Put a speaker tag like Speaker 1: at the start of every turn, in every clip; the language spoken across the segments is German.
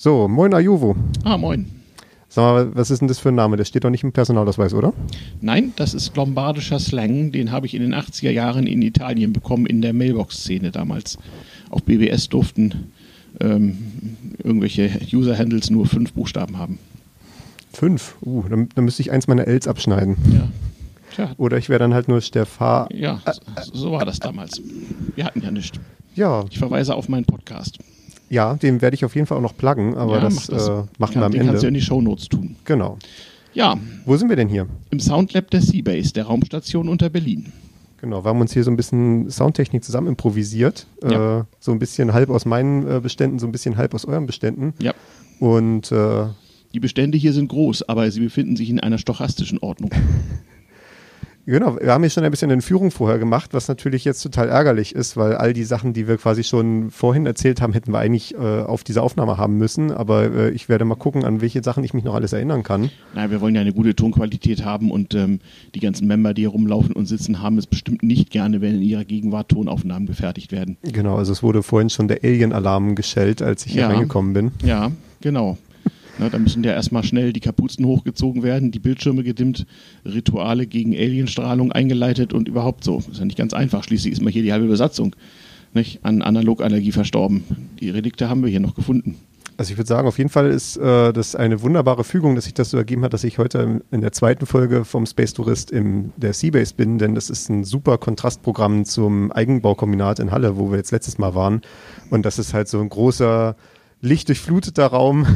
Speaker 1: So, moin Ajuvo.
Speaker 2: Ah, moin.
Speaker 1: Sag mal, was ist denn das für ein Name? Das steht doch nicht im Personalausweis, oder?
Speaker 2: Nein, das ist lombardischer Slang. Den habe ich in den 80er Jahren in Italien bekommen, in der Mailbox-Szene damals. Auf BBS durften ähm, irgendwelche User-Handles nur fünf Buchstaben haben.
Speaker 1: Fünf? Uh, dann, dann müsste ich eins meiner Ls abschneiden.
Speaker 2: Ja. Tja,
Speaker 1: Oder ich wäre dann halt nur Steff H.
Speaker 2: ja so, so war das damals. Wir hatten ja nichts.
Speaker 1: Ja,
Speaker 2: Ich verweise auf meinen Podcast.
Speaker 1: ja, den werde ich auf jeden Fall auch noch pluggen, aber
Speaker 2: ja,
Speaker 1: das,
Speaker 2: mach
Speaker 1: Äh, machen wir am
Speaker 2: den kannst du ja in
Speaker 1: Ende.
Speaker 2: die Shownotes tun.
Speaker 1: Genau.
Speaker 2: Ja,
Speaker 1: Wo sind wir denn hier?
Speaker 2: im Soundlab der Seabase, der Raumstation unter Berlin.
Speaker 1: Genau, wir haben uns hier so ein bisschen Soundtechnik zusammen improvisiert. Äh,
Speaker 2: Ja.
Speaker 1: so ein bisschen halb aus meinen äh, Beständen, so ein bisschen halb aus euren Beständen.
Speaker 2: Ja.
Speaker 1: Und äh,
Speaker 2: Die Bestände hier sind groß, aber sie befinden sich in einer stochastischen Ordnung.
Speaker 1: Genau, wir haben hier schon ein bisschen eine Führung vorher gemacht, was natürlich jetzt total ärgerlich ist, weil all die Sachen, die wir quasi schon vorhin erzählt haben, hätten wir eigentlich äh, auf diese Aufnahme haben müssen. Aber äh, ich werde mal gucken, an welche Sachen ich mich noch alles erinnern kann.
Speaker 2: Naja, wir wollen ja eine gute Tonqualität haben und ähm, die ganzen Member, die hier rumlaufen und sitzen, haben es bestimmt nicht gerne, wenn in ihrer Gegenwart Tonaufnahmen gefertigt werden.
Speaker 1: Genau, also es wurde vorhin schon der Alien-Alarm geschellt, als ich hier
Speaker 2: Ja.
Speaker 1: reingekommen bin.
Speaker 2: Ja, genau. Na, da müssen ja erstmal schnell die Kapuzen hochgezogen werden, die Bildschirme gedimmt, Rituale gegen Alienstrahlung eingeleitet und überhaupt so. Ist ja nicht ganz einfach. Schließlich ist mal hier die halbe Besatzung nicht? an Analogallergie verstorben. Die Relikte haben wir hier noch gefunden.
Speaker 1: Also ich würde sagen, auf jeden Fall ist äh, das eine wunderbare Fügung, dass sich das so ergeben hat, dass ich heute im- in der zweiten Folge vom Space Tourist im der Seabase bin, denn das ist ein super Kontrastprogramm zum Eigenbaukombinat in Halle, wo wir jetzt letztes Mal waren. Und das ist halt so ein großer, lichtdurchfluteter Raum,
Speaker 2: Nein,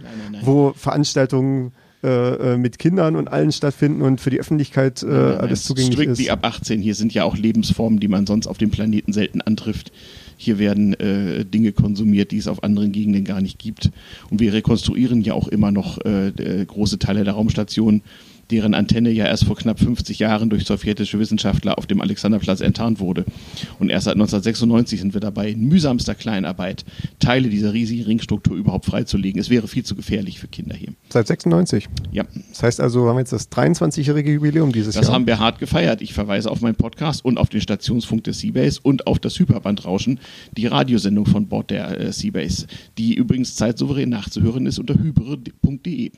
Speaker 2: nein, nein.
Speaker 1: wo Veranstaltungen äh, äh, mit Kindern und allen stattfinden und für die Öffentlichkeit äh,
Speaker 2: Nein, nein,
Speaker 1: alles
Speaker 2: es
Speaker 1: zugänglich
Speaker 2: strictly
Speaker 1: ist.
Speaker 2: halt ab 18. Hier sind ja auch Lebensformen, die man sonst auf dem Planeten selten antrifft. Hier werden äh, Dinge konsumiert, die es auf anderen Gegenden gar nicht gibt. Und wir rekonstruieren ja auch immer noch äh, äh, große Teile der Raumstation, deren Antenne ja erst vor knapp 50 Jahren durch sowjetische Wissenschaftler auf dem Alexanderplatz enttarnt wurde. Und erst seit 1996 sind wir dabei, in mühsamster Kleinarbeit Teile dieser riesigen Ringstruktur überhaupt freizulegen. Es wäre viel zu gefährlich für Kinder hier.
Speaker 1: Seit 96.
Speaker 2: Ja.
Speaker 1: Das heißt also, haben wir jetzt das 23-jährige Jubiläum dieses
Speaker 2: Das
Speaker 1: Jahr.
Speaker 2: haben wir hart gefeiert. Ich verweise auf meinen Podcast und auf den Stationsfunk des Seabase und auf das Hyperbandrauschen, die Radiosendung von Bord der äh, Seabase, die übrigens zeitsouverän nachzuhören ist unter hybere.de.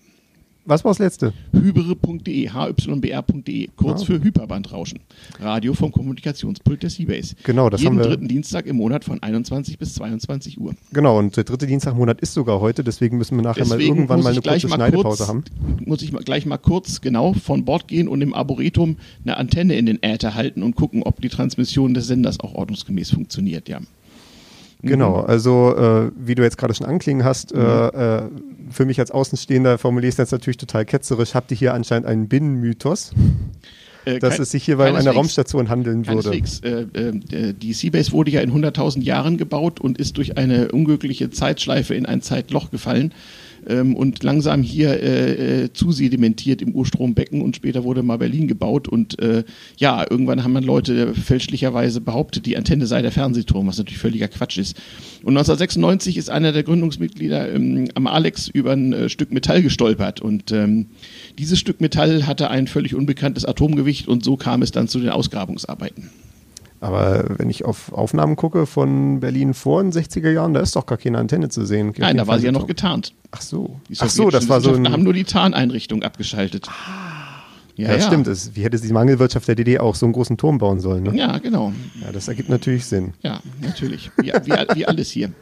Speaker 1: Was war das letzte?
Speaker 2: Hybere.de, hybr.de, E. kurz
Speaker 1: Ah.
Speaker 2: für Hyperbandrauschen. Radio vom Kommunikationspult der Seabase.
Speaker 1: Genau, das
Speaker 2: Jeden
Speaker 1: haben wir-
Speaker 2: dritten Dienstag im Monat von 21 bis 22 Uhr.
Speaker 1: Genau, und der dritte Dienstag im Monat ist sogar heute, deswegen müssen wir nachher mal
Speaker 2: Deswegen
Speaker 1: irgendwann
Speaker 2: muss
Speaker 1: mal
Speaker 2: ich
Speaker 1: eine
Speaker 2: gleich
Speaker 1: kurze Schneidepause
Speaker 2: kurz,
Speaker 1: haben.
Speaker 2: Muss ich mal, gleich mal kurz genau von Bord gehen und im Arboretum eine Antenne in den Äther halten und gucken, ob die Transmission des Senders auch ordnungsgemäß funktioniert. Ja. Mhm.
Speaker 1: Genau, also äh, wie du jetzt gerade schon anklingen hast, äh, äh,
Speaker 2: Mhm.
Speaker 1: für mich als Außenstehender formuliere ich das natürlich total ketzerisch, habt ihr hier anscheinend einen Binnenmythos,
Speaker 2: Äh,
Speaker 1: dass
Speaker 2: kein-
Speaker 1: es sich hierbei um eine
Speaker 2: keineswegs-
Speaker 1: Raumstation handeln würde.
Speaker 2: Keineswegs. Äh, äh, die Seabase wurde ja in 100.000 Jahren gebaut und ist durch eine unglückliche Zeitschleife in ein Zeitloch gefallen ähm, und langsam hier äh, äh, zusedimentiert im Urstrombecken und später wurde mal Berlin gebaut und äh, ja, irgendwann haben dann Leute fälschlicherweise behauptet, die Antenne sei der Fernsehturm, was natürlich völliger Quatsch ist. Und 1996 ist einer der Gründungsmitglieder ähm, am Alex über ein äh, Stück Metall gestolpert und ähm, dieses Stück Metall hatte ein völlig unbekanntes Atomgewicht und so kam es dann zu den Ausgrabungsarbeiten.
Speaker 1: Aber wenn ich auf Aufnahmen gucke von Berlin vor den 60er Jahren, da ist doch gar keine Antenne zu sehen. Gar
Speaker 2: Nein,
Speaker 1: kein
Speaker 2: da war sie ja noch
Speaker 1: Fernsehturm.
Speaker 2: getarnt.
Speaker 1: Ach so,
Speaker 2: Die
Speaker 1: Ach so das war so
Speaker 2: Wissenschaftler
Speaker 1: ein... Ah.
Speaker 2: haben nur die Tarneinrichtung abgeschaltet.
Speaker 1: ja, stimmt, es, wie hätte die Mangelwirtschaft der DD auch so einen großen Turm bauen sollen? Ne?
Speaker 2: Ja, genau.
Speaker 1: ja, das ergibt natürlich Sinn.
Speaker 2: Ja, natürlich. Wie, wie, wie alles hier.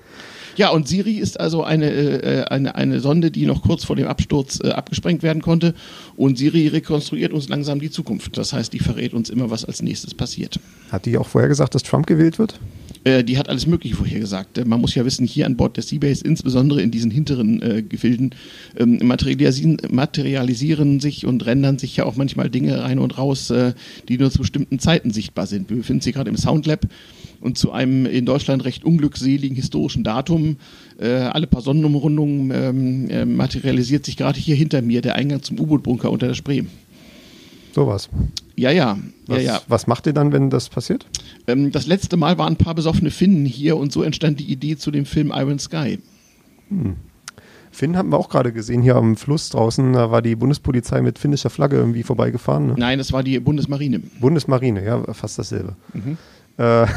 Speaker 2: Ja, und Siri ist also eine, äh, eine, eine Sonde, die noch kurz vor dem Absturz äh, abgesprengt werden konnte. Und Siri rekonstruiert uns langsam die Zukunft. Das heißt, die verrät uns immer, was als nächstes passiert.
Speaker 1: Hat die auch vorher gesagt, dass Trump gewählt wird?
Speaker 2: Äh, die hat alles Mögliche vorhergesagt. Äh, Man muss ja wissen, hier an Bord der Seabase, insbesondere in diesen hinteren äh, Gefilden, ähm, materialisieren, materialisieren sich und rendern sich ja auch manchmal Dinge rein und raus, äh, die nur zu bestimmten Zeiten sichtbar sind. Wir befinden uns gerade im Soundlab und zu einem in Deutschland recht unglückseligen historischen Datum. Äh, alle paar Sonnenumrundungen ähm, äh, materialisiert sich gerade hier hinter mir der Eingang zum U-Boot-Bunker unter der Spree.
Speaker 1: Sowas.
Speaker 2: Ja, ja, ja,
Speaker 1: Was,
Speaker 2: ja.
Speaker 1: was macht ihr dann, wenn das passiert?
Speaker 2: Ähm, das letzte Mal waren ein paar besoffene Finnen hier und so entstand die Idee zu dem Film Iron Sky.
Speaker 1: Finn hatten wir auch gerade gesehen hier am Fluss draußen. Da war die Bundespolizei mit finnischer Flagge irgendwie vorbeigefahren. Ne?
Speaker 2: Genau, Nein, das war die Bundesmarine. Mhm.
Speaker 1: Bundesmarine, ja, fast dasselbe. Äh,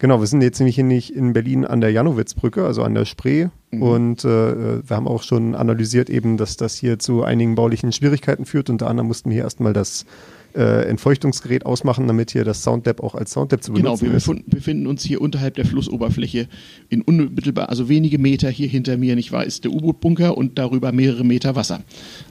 Speaker 1: Genau, wir sind jetzt nämlich hier nicht in Berlin an der Janowitzbrücke, also an der Spree. Mhm. Und äh, wir haben auch schon analysiert eben, dass das hier zu einigen baulichen Schwierigkeiten führt. Unter anderem mussten wir hier erstmal das äh, Entfeuchtungsgerät ausmachen, damit hier das Soundlab auch als Soundlab zu benutzen
Speaker 2: Genau, wir
Speaker 1: ist.
Speaker 2: befund- befinden uns hier unterhalb der Flussoberfläche in unmittelbar, also wenige Meter hier hinter mir, nicht wahr, ist der U-Boot-Bunker und darüber mehrere Meter Wasser.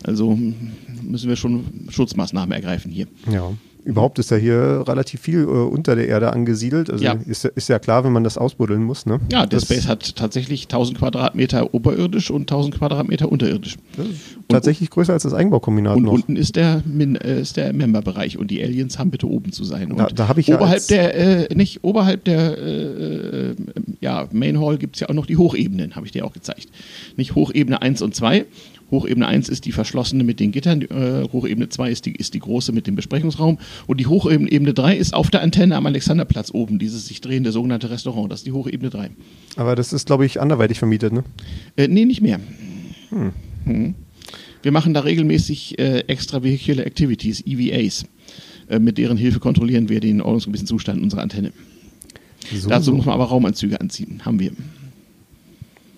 Speaker 2: Also hm, müssen wir schon Schutzmaßnahmen ergreifen hier.
Speaker 1: Ja. Überhaupt ist ja hier relativ viel äh, unter der Erde angesiedelt. Also
Speaker 2: Ja.
Speaker 1: Ist, ist ja klar, wenn man das ausbuddeln muss. Ne?
Speaker 2: Ja, der
Speaker 1: das,
Speaker 2: Space hat tatsächlich 1000 Quadratmeter oberirdisch und 1000 Quadratmeter unterirdisch.
Speaker 1: das ist tatsächlich größer als das Eigenbaukombinat
Speaker 2: Und
Speaker 1: noch.
Speaker 2: unten ist der, Min, äh, ist der Member-Bereich und die Aliens haben bitte oben zu sein. Und
Speaker 1: Da- da hab ich ja als-
Speaker 2: oberhalb der, äh, nicht, oberhalb der äh, äh, ja, Main Hall gibt es ja auch noch die Hochebenen, habe ich dir auch gezeigt. Nicht Hochebene 1 und 2. Hochebene 1 ist die verschlossene mit den Gittern, die, äh, Hochebene 2 ist die, ist die große mit dem Besprechungsraum und die Hochebene Ebene 3 ist auf der Antenne am Alexanderplatz oben, dieses sich drehende sogenannte Restaurant, das ist die Hochebene 3.
Speaker 1: Aber das ist, glaube ich, anderweitig vermietet. Ne?
Speaker 2: Äh, nee, nicht mehr. Hm. Wir machen da regelmäßig äh, Extravehicular Activities, EVAs. Äh, mit deren Hilfe kontrollieren wir den ordnungsgemäßen Zustand unserer Antenne.
Speaker 1: So,
Speaker 2: Dazu
Speaker 1: so.
Speaker 2: muss man aber Raumanzüge anziehen, haben wir.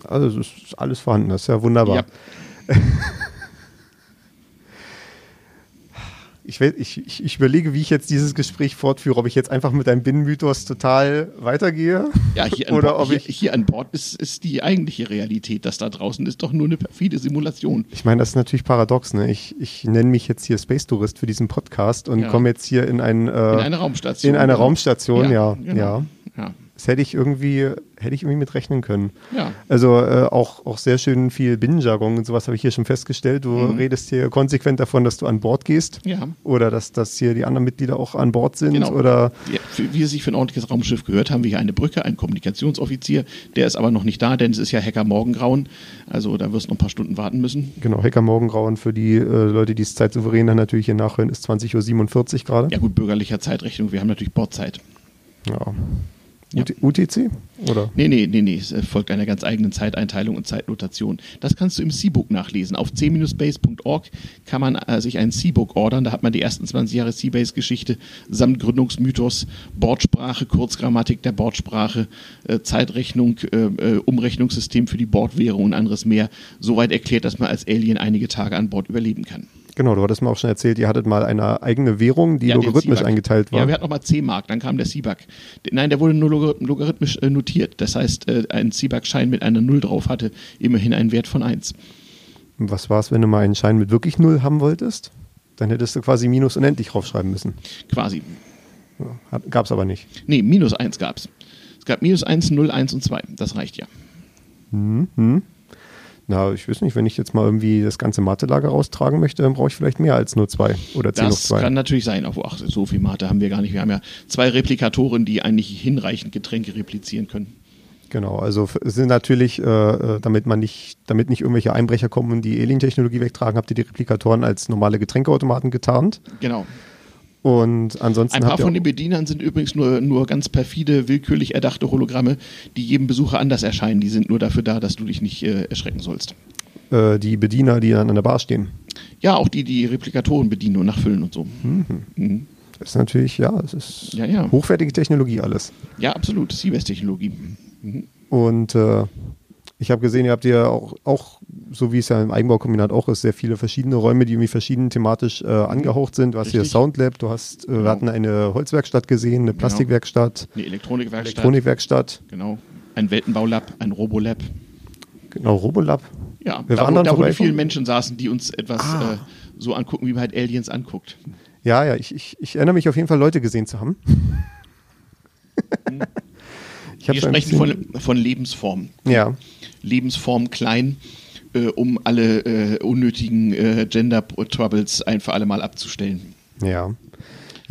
Speaker 1: Also es ist alles vorhanden, das ist ja wunderbar.
Speaker 2: Ja.
Speaker 1: Ich, we- ich, ich, ich überlege, wie ich jetzt dieses Gespräch fortführe, ob ich jetzt einfach mit einem Binnenmythos total weitergehe.
Speaker 2: Ja, hier an,
Speaker 1: Oder
Speaker 2: Bord,
Speaker 1: ob ich.
Speaker 2: hier, hier an Bord ist, ist die eigentliche Realität. Das da draußen ist doch nur eine perfide Simulation.
Speaker 1: Ich meine, das ist natürlich paradox, ne? Ich, ich nenne mich jetzt hier Space Tourist für diesen Podcast und
Speaker 2: Ja.
Speaker 1: komme jetzt hier in einen. Äh,
Speaker 2: In einer Raumstation.
Speaker 1: In einer
Speaker 2: Genau.
Speaker 1: Raumstation, ja. ja,
Speaker 2: genau. ja.
Speaker 1: Das hätte ich irgendwie, hätte ich irgendwie mit rechnen können.
Speaker 2: Ja.
Speaker 1: Also äh, auch, auch sehr schön viel Binnenjargon und sowas habe ich hier schon festgestellt. Du redest hier konsequent davon, dass du an Bord gehst.
Speaker 2: Mhm. Ja.
Speaker 1: Oder dass, dass hier die anderen Mitglieder auch an Bord sind.
Speaker 2: Genau.
Speaker 1: Oder
Speaker 2: Ja, für, wie es sich für ein ordentliches Raumschiff gehört, haben wir hier eine Brücke, einen Kommunikationsoffizier. Der ist aber noch nicht da, denn es ist ja Hacker Morgengrauen. Also da wirst du noch ein paar Stunden warten müssen.
Speaker 1: genau, Hacker Morgengrauen für die äh, Leute, die es zeitsouverän dann natürlich hier nachhören, ist 20.47 Uhr gerade.
Speaker 2: Ja gut, bürgerlicher Zeitrechnung, wir haben natürlich Bordzeit.
Speaker 1: Ja.
Speaker 2: Ja.
Speaker 1: UT- UTC? Oder?
Speaker 2: Nee, nee, nee, nee, es äh, folgt einer ganz eigenen Zeiteinteilung und Zeitnotation. Das kannst du im Seabook nachlesen. Auf c-base.org kann man äh, sich einen Seabook ordern. Da hat man die ersten 20 Jahre Seabase-Geschichte samt Gründungsmythos, Bordsprache, Kurzgrammatik der Bordsprache, äh, Zeitrechnung, äh, äh, Umrechnungssystem für die Bordwährung und anderes mehr. Soweit erklärt, dass man als Alien einige Tage an Bord überleben kann.
Speaker 1: Genau, du hattest mir auch schon erzählt, ihr hattet mal eine eigene Währung, die
Speaker 2: Ja, den
Speaker 1: logarithmisch
Speaker 2: C-Mark.
Speaker 1: eingeteilt war.
Speaker 2: Ja, wir hatten nochmal C-Mark, dann kam der C-Buck. D- Nein, der wurde nur logar- logarithmisch äh, notiert. Das heißt, äh, ein C-Buck-Schein mit einer Null drauf hatte immerhin einen Wert von 1.
Speaker 1: Was war es, wenn du mal einen Schein mit wirklich Null haben wolltest? Dann hättest du quasi minus unendlich draufschreiben müssen.
Speaker 2: Quasi.
Speaker 1: Gab es aber nicht.
Speaker 2: Nee, minus 1 gab es. Es gab minus 1, 0, 1 und 2. Das reicht ja.
Speaker 1: Na, ich weiß nicht, wenn ich jetzt mal irgendwie das ganze Mathe-Lager raustragen möchte, dann brauche ich vielleicht mehr als nur zwei oder zehn hoch
Speaker 2: Das
Speaker 1: zwei.
Speaker 2: kann natürlich sein. Obwohl, ach, so viel Mate haben wir gar nicht. Wir haben ja zwei Replikatoren, die eigentlich hinreichend Getränke replizieren können.
Speaker 1: Genau, also f- es sind natürlich, äh, äh, damit man nicht, damit nicht irgendwelche Einbrecher kommen und die Alien-Technologie wegtragen, habt ihr die Replikatoren als normale Getränkeautomaten getarnt.
Speaker 2: Genau.
Speaker 1: Und ansonsten
Speaker 2: Ein paar
Speaker 1: habt ihr
Speaker 2: von den Bedienern sind übrigens nur, nur ganz perfide, willkürlich erdachte Hologramme, die jedem Besucher anders erscheinen. Die sind nur dafür da, dass du dich nicht äh, erschrecken sollst.
Speaker 1: äh, die Bediener, die dann an der Bar stehen.
Speaker 2: Ja, auch die, die Replikatoren bedienen und nachfüllen und so.
Speaker 1: Hm?
Speaker 2: Mhm.
Speaker 1: Das ist natürlich, ja, es ist
Speaker 2: Ja, ja.
Speaker 1: hochwertige Technologie alles.
Speaker 2: Ja, absolut. Seabase-Technologie. Mhm.
Speaker 1: Und äh, ich habe gesehen, ihr habt ja auch, auch, so wie es ja im Eigenbaukombinat auch ist, sehr viele verschiedene Räume, die irgendwie verschieden thematisch äh, angehaucht sind. Du hast hier
Speaker 2: Richtig.
Speaker 1: Soundlab, du hast, äh, wir
Speaker 2: Genau.
Speaker 1: hatten eine Holzwerkstatt gesehen, eine Plastikwerkstatt,
Speaker 2: Eine Elektronikwerkstatt.
Speaker 1: Elektronikwerkstatt,
Speaker 2: Genau. Ein Weltenbaulab, ein Robolab.
Speaker 1: genau, Robolab.
Speaker 2: Ja,
Speaker 1: Wir
Speaker 2: da,
Speaker 1: waren dran
Speaker 2: wo, da wo die
Speaker 1: vorbeigekommen.
Speaker 2: vielen Menschen saßen, die uns etwas äh, so angucken, wie man halt Aliens anguckt.
Speaker 1: Ja, ja, ich, ich, ich erinnere mich auf jeden Fall, Leute gesehen zu haben. ich hab
Speaker 2: Mhm. Wir
Speaker 1: so ein
Speaker 2: sprechen
Speaker 1: bisschen-
Speaker 2: von, von Lebensformen.
Speaker 1: Ja,
Speaker 2: Lebensform klein, äh, um alle äh, unnötigen äh, Gender-Troubles ein für alle Mal abzustellen.
Speaker 1: ja.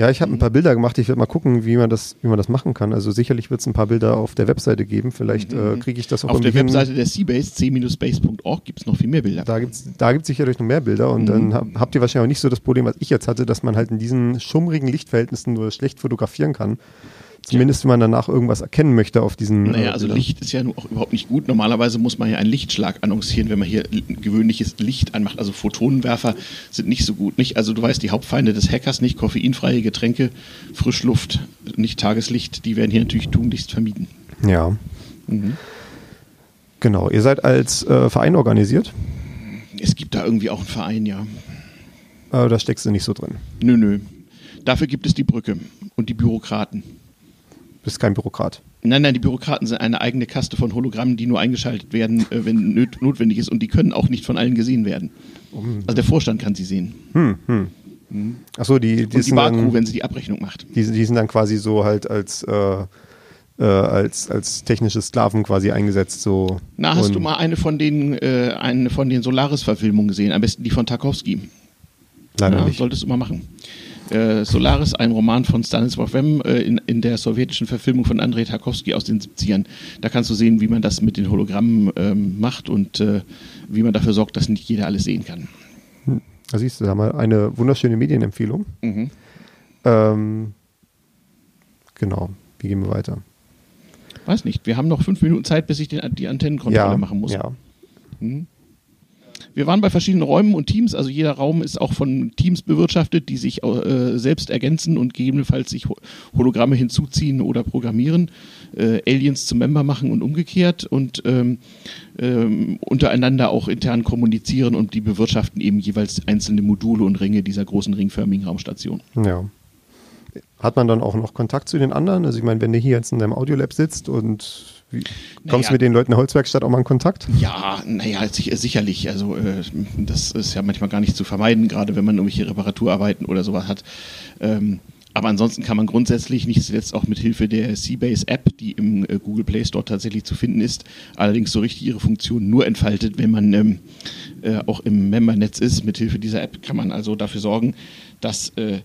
Speaker 1: Ja, ich habe ein paar Bilder gemacht. Ich werde mal gucken, wie man das, wie man das machen kann. Also sicherlich wird es ein paar Bilder auf der Webseite geben. Vielleicht äh, kriege ich das auch
Speaker 2: Mhm. Auf der
Speaker 1: irgendwie hin.
Speaker 2: Webseite der Seabase, c-base.org, gibt es noch viel mehr Bilder.
Speaker 1: Da gibt es da gibt's sicherlich noch mehr Bilder und
Speaker 2: Mhm.
Speaker 1: dann hab, habt ihr wahrscheinlich auch nicht so das Problem, was ich jetzt hatte, dass man halt in diesen schummrigen Lichtverhältnissen nur schlecht fotografieren kann. Zumindest, wenn man danach irgendwas erkennen möchte auf diesen. äh,
Speaker 2: Naja, also Licht ist ja nun auch überhaupt nicht gut. Normalerweise muss man ja einen Lichtschlag annoncieren, wenn man hier gewöhnliches Licht anmacht. Also Photonenwerfer sind nicht so gut. Nicht? Also du weißt, die Hauptfeinde des Hackers nicht, koffeinfreie Getränke, Frischluft, nicht Tageslicht, die werden hier natürlich tunlichst vermieden.
Speaker 1: Ja. Mhm. Genau. Ihr seid als äh, Verein organisiert.
Speaker 2: Es gibt da irgendwie auch einen Verein, ja.
Speaker 1: Äh, da steckst du nicht so drin.
Speaker 2: Nö, nö. Dafür gibt es die Brücke und die Bürokraten.
Speaker 1: Bist kein Bürokrat.
Speaker 2: Nein, nein, die Bürokraten sind eine eigene Kaste von Hologrammen, die nur eingeschaltet werden, äh, wenn nöt notwendig ist. Und die können auch nicht von allen gesehen werden. Also der Vorstand kann sie sehen.
Speaker 1: Hm, hm.
Speaker 2: Mhm.
Speaker 1: Achso, die, die,
Speaker 2: Und die
Speaker 1: sind
Speaker 2: Barcrew,
Speaker 1: dann,
Speaker 2: wenn sie die Abrechnung macht.
Speaker 1: die, die sind dann quasi so halt als, äh, äh, als, als technische Sklaven quasi eingesetzt. So.
Speaker 2: Na, hast
Speaker 1: Und-
Speaker 2: du mal eine von den, äh, eine von den Solaris-Verfilmungen gesehen? Am besten die von Tarkovsky.
Speaker 1: Leider
Speaker 2: Ja,
Speaker 1: nicht.
Speaker 2: Solltest du mal machen. Äh, Solaris, ein Roman von Stanislaw Lem äh, in, in der sowjetischen Verfilmung von Andrei Tarkovsky aus den 70ern. Da kannst du sehen, wie man das mit den Hologrammen ähm, macht und äh, wie man dafür sorgt, dass nicht jeder alles sehen kann.
Speaker 1: Da siehst du da mal eine wunderschöne Medienempfehlung.
Speaker 2: Mhm.
Speaker 1: Ähm, genau. Wie gehen wir weiter?
Speaker 2: Weiß nicht, wir haben noch fünf Minuten Zeit, bis ich den, die Antennenkontrolle machen muss.
Speaker 1: ja.
Speaker 2: Wir waren bei verschiedenen Räumen und Teams, also jeder Raum ist auch von Teams bewirtschaftet, die sich äh, selbst ergänzen und gegebenenfalls sich Ho- Hologramme hinzuziehen oder programmieren, äh, Aliens zu Member machen und umgekehrt und ähm, ähm, untereinander auch intern kommunizieren und die bewirtschaften eben jeweils einzelne Module und Ringe dieser großen ringförmigen Raumstation.
Speaker 1: Ja. Hat man dann auch noch Kontakt zu den anderen? Also ich meine, wenn du hier jetzt in deinem Audiolab sitzt und wie, kommst
Speaker 2: Naja.
Speaker 1: mit den Leuten in der Holzwerkstatt auch mal in Kontakt?
Speaker 2: Ja, naja, sich- sicherlich. Also äh, das ist ja manchmal gar nicht zu vermeiden, gerade wenn man irgendwelche Reparaturarbeiten oder sowas hat. Ähm, aber ansonsten kann man grundsätzlich nicht zuletzt auch mit Hilfe der Seabase App, die im äh, Google Play Store tatsächlich zu finden ist, allerdings so richtig ihre Funktion nur entfaltet, wenn man ähm, äh, auch im Member-Netz ist. Mit Hilfe dieser App kann man also dafür sorgen, dass äh,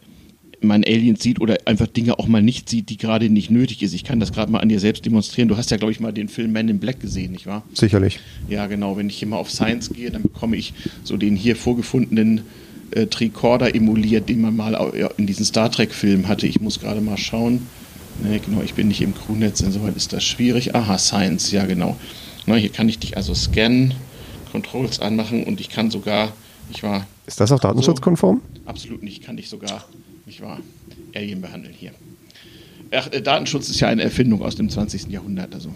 Speaker 2: man Aliens sieht oder einfach Dinge auch mal nicht sieht, die gerade nicht nötig ist. Ich kann das gerade mal an dir selbst demonstrieren. Du hast ja, glaube ich, mal den Film Man in Black gesehen, nicht wahr?
Speaker 1: Sicherlich.
Speaker 2: Ja, genau. Wenn ich hier mal auf Science gehe, dann bekomme ich so den hier vorgefundenen äh, Tricorder emuliert, den man mal au- ja, in diesen Star Trek-Film hatte. Ich muss gerade mal schauen. Ne, genau, ich bin nicht im Crewnetz, insoweit ist das schwierig. Aha, Science, ja, genau. Na, hier kann ich dich also scannen, Controls anmachen und ich kann sogar, ich war
Speaker 1: Ist das auch
Speaker 2: Also
Speaker 1: datenschutzkonform?
Speaker 2: absolut nicht, kann ich sogar, ich war Alien behandeln hier. Ach, äh, Datenschutz ist ja eine Erfindung aus dem 20. Jahrhundert, also.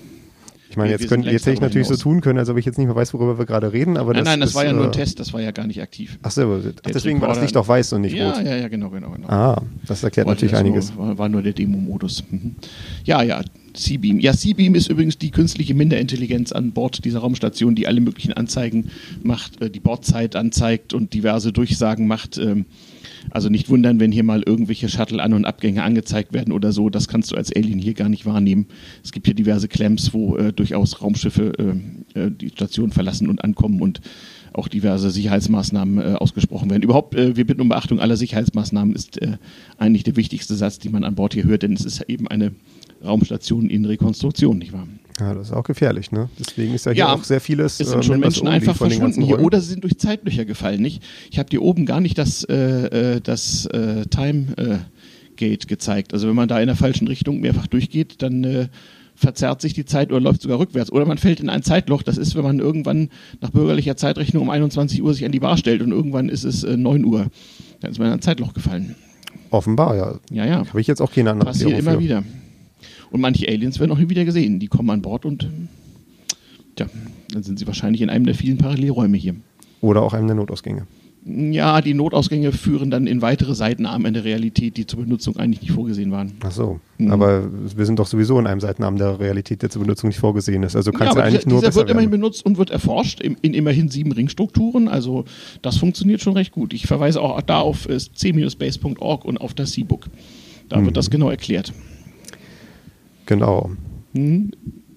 Speaker 1: Ich meine,
Speaker 2: Wir-
Speaker 1: jetzt,
Speaker 2: wir
Speaker 1: könnt,
Speaker 2: sind längst
Speaker 1: jetzt hätte ich
Speaker 2: darüber
Speaker 1: natürlich so
Speaker 2: hinaus.
Speaker 1: tun können, als ob ich jetzt nicht mehr weiß, worüber wir gerade reden. Aber
Speaker 2: Nein,
Speaker 1: das
Speaker 2: nein, das
Speaker 1: ist,
Speaker 2: war ja
Speaker 1: äh,
Speaker 2: nur ein Test, das war ja gar nicht aktiv.
Speaker 1: Ach so, ach,
Speaker 2: Der
Speaker 1: deswegen war das
Speaker 2: Tricorder-
Speaker 1: Licht auch weiß und nicht
Speaker 2: ja, also-
Speaker 1: rot.
Speaker 2: Ja, ja, genau, genau, genau.
Speaker 1: Ah, das erklärt natürlich
Speaker 2: das
Speaker 1: einiges.
Speaker 2: Nur, war, war nur der Demo-Modus. Mhm. Ja, ja, C-Beam. Ja, C-Beam ist übrigens die künstliche Minderintelligenz an Bord dieser Raumstation, die alle möglichen Anzeigen macht, äh, die Bordzeit anzeigt und diverse Durchsagen macht. Ähm, also nicht wundern, wenn hier mal irgendwelche Shuttle-An- und Abgänge angezeigt werden oder so. Das kannst du als Alien hier gar nicht wahrnehmen. Es gibt hier diverse Clamps, wo äh, durchaus Raumschiffe äh, äh, die Station verlassen und ankommen und auch diverse Sicherheitsmaßnahmen äh, ausgesprochen werden. Überhaupt, äh, wir bitten um Beachtung aller Sicherheitsmaßnahmen ist äh, eigentlich der wichtigste Satz, den man an Bord hier hört, denn es ist eben eine Raumstation in Rekonstruktion, nicht wahr?
Speaker 1: Ja, das ist auch gefährlich, ne? Deswegen ist ja hier
Speaker 2: Ja,
Speaker 1: auch sehr vieles.
Speaker 2: Es
Speaker 1: äh,
Speaker 2: sind schon
Speaker 1: Members
Speaker 2: Menschen
Speaker 1: Only
Speaker 2: einfach
Speaker 1: von den ganzen
Speaker 2: verschwunden hier
Speaker 1: Räumen.
Speaker 2: oder sie sind durch Zeitlöcher gefallen, nicht? Ich habe dir oben gar nicht das, äh, äh, das äh, Time äh, Gate gezeigt. Also wenn man da in der falschen Richtung mehrfach durchgeht, dann äh, verzerrt sich die Zeit oder läuft sogar rückwärts. Oder man fällt in ein Zeitloch. Das ist, wenn man irgendwann nach bürgerlicher Zeitrechnung um 21 Uhr sich an die Bar stellt und irgendwann ist es äh, 9 Uhr. Dann ist man in ein Zeitloch gefallen.
Speaker 1: Offenbar, ja.
Speaker 2: Ja, ja.
Speaker 1: Habe ich jetzt auch keine andere
Speaker 2: Passiert
Speaker 1: Erklärung
Speaker 2: immer
Speaker 1: für.
Speaker 2: wieder. Und manche Aliens werden auch nie wieder gesehen. Die kommen an Bord und ähm, tja, dann sind sie wahrscheinlich in einem der vielen Parallelräume hier.
Speaker 1: Oder auch einem der Notausgänge.
Speaker 2: Ja, die Notausgänge führen dann in weitere Seitenarme in der Realität, die zur Benutzung eigentlich nicht vorgesehen waren.
Speaker 1: Ach so.
Speaker 2: Mhm.
Speaker 1: Aber wir sind doch sowieso in einem Seitenarm der Realität, der zur Benutzung nicht vorgesehen ist. Also kann es
Speaker 2: ja,
Speaker 1: ja eigentlich
Speaker 2: dieser,
Speaker 1: nur
Speaker 2: dieser
Speaker 1: besser
Speaker 2: wird immerhin
Speaker 1: werden.
Speaker 2: benutzt und wird erforscht in, in immerhin sieben Ringstrukturen. Also das funktioniert schon recht gut. Ich verweise auch da auf äh, c-base.org und auf das C-Book. Da
Speaker 1: Mhm.
Speaker 2: wird das genau erklärt. Hm?
Speaker 1: Genau.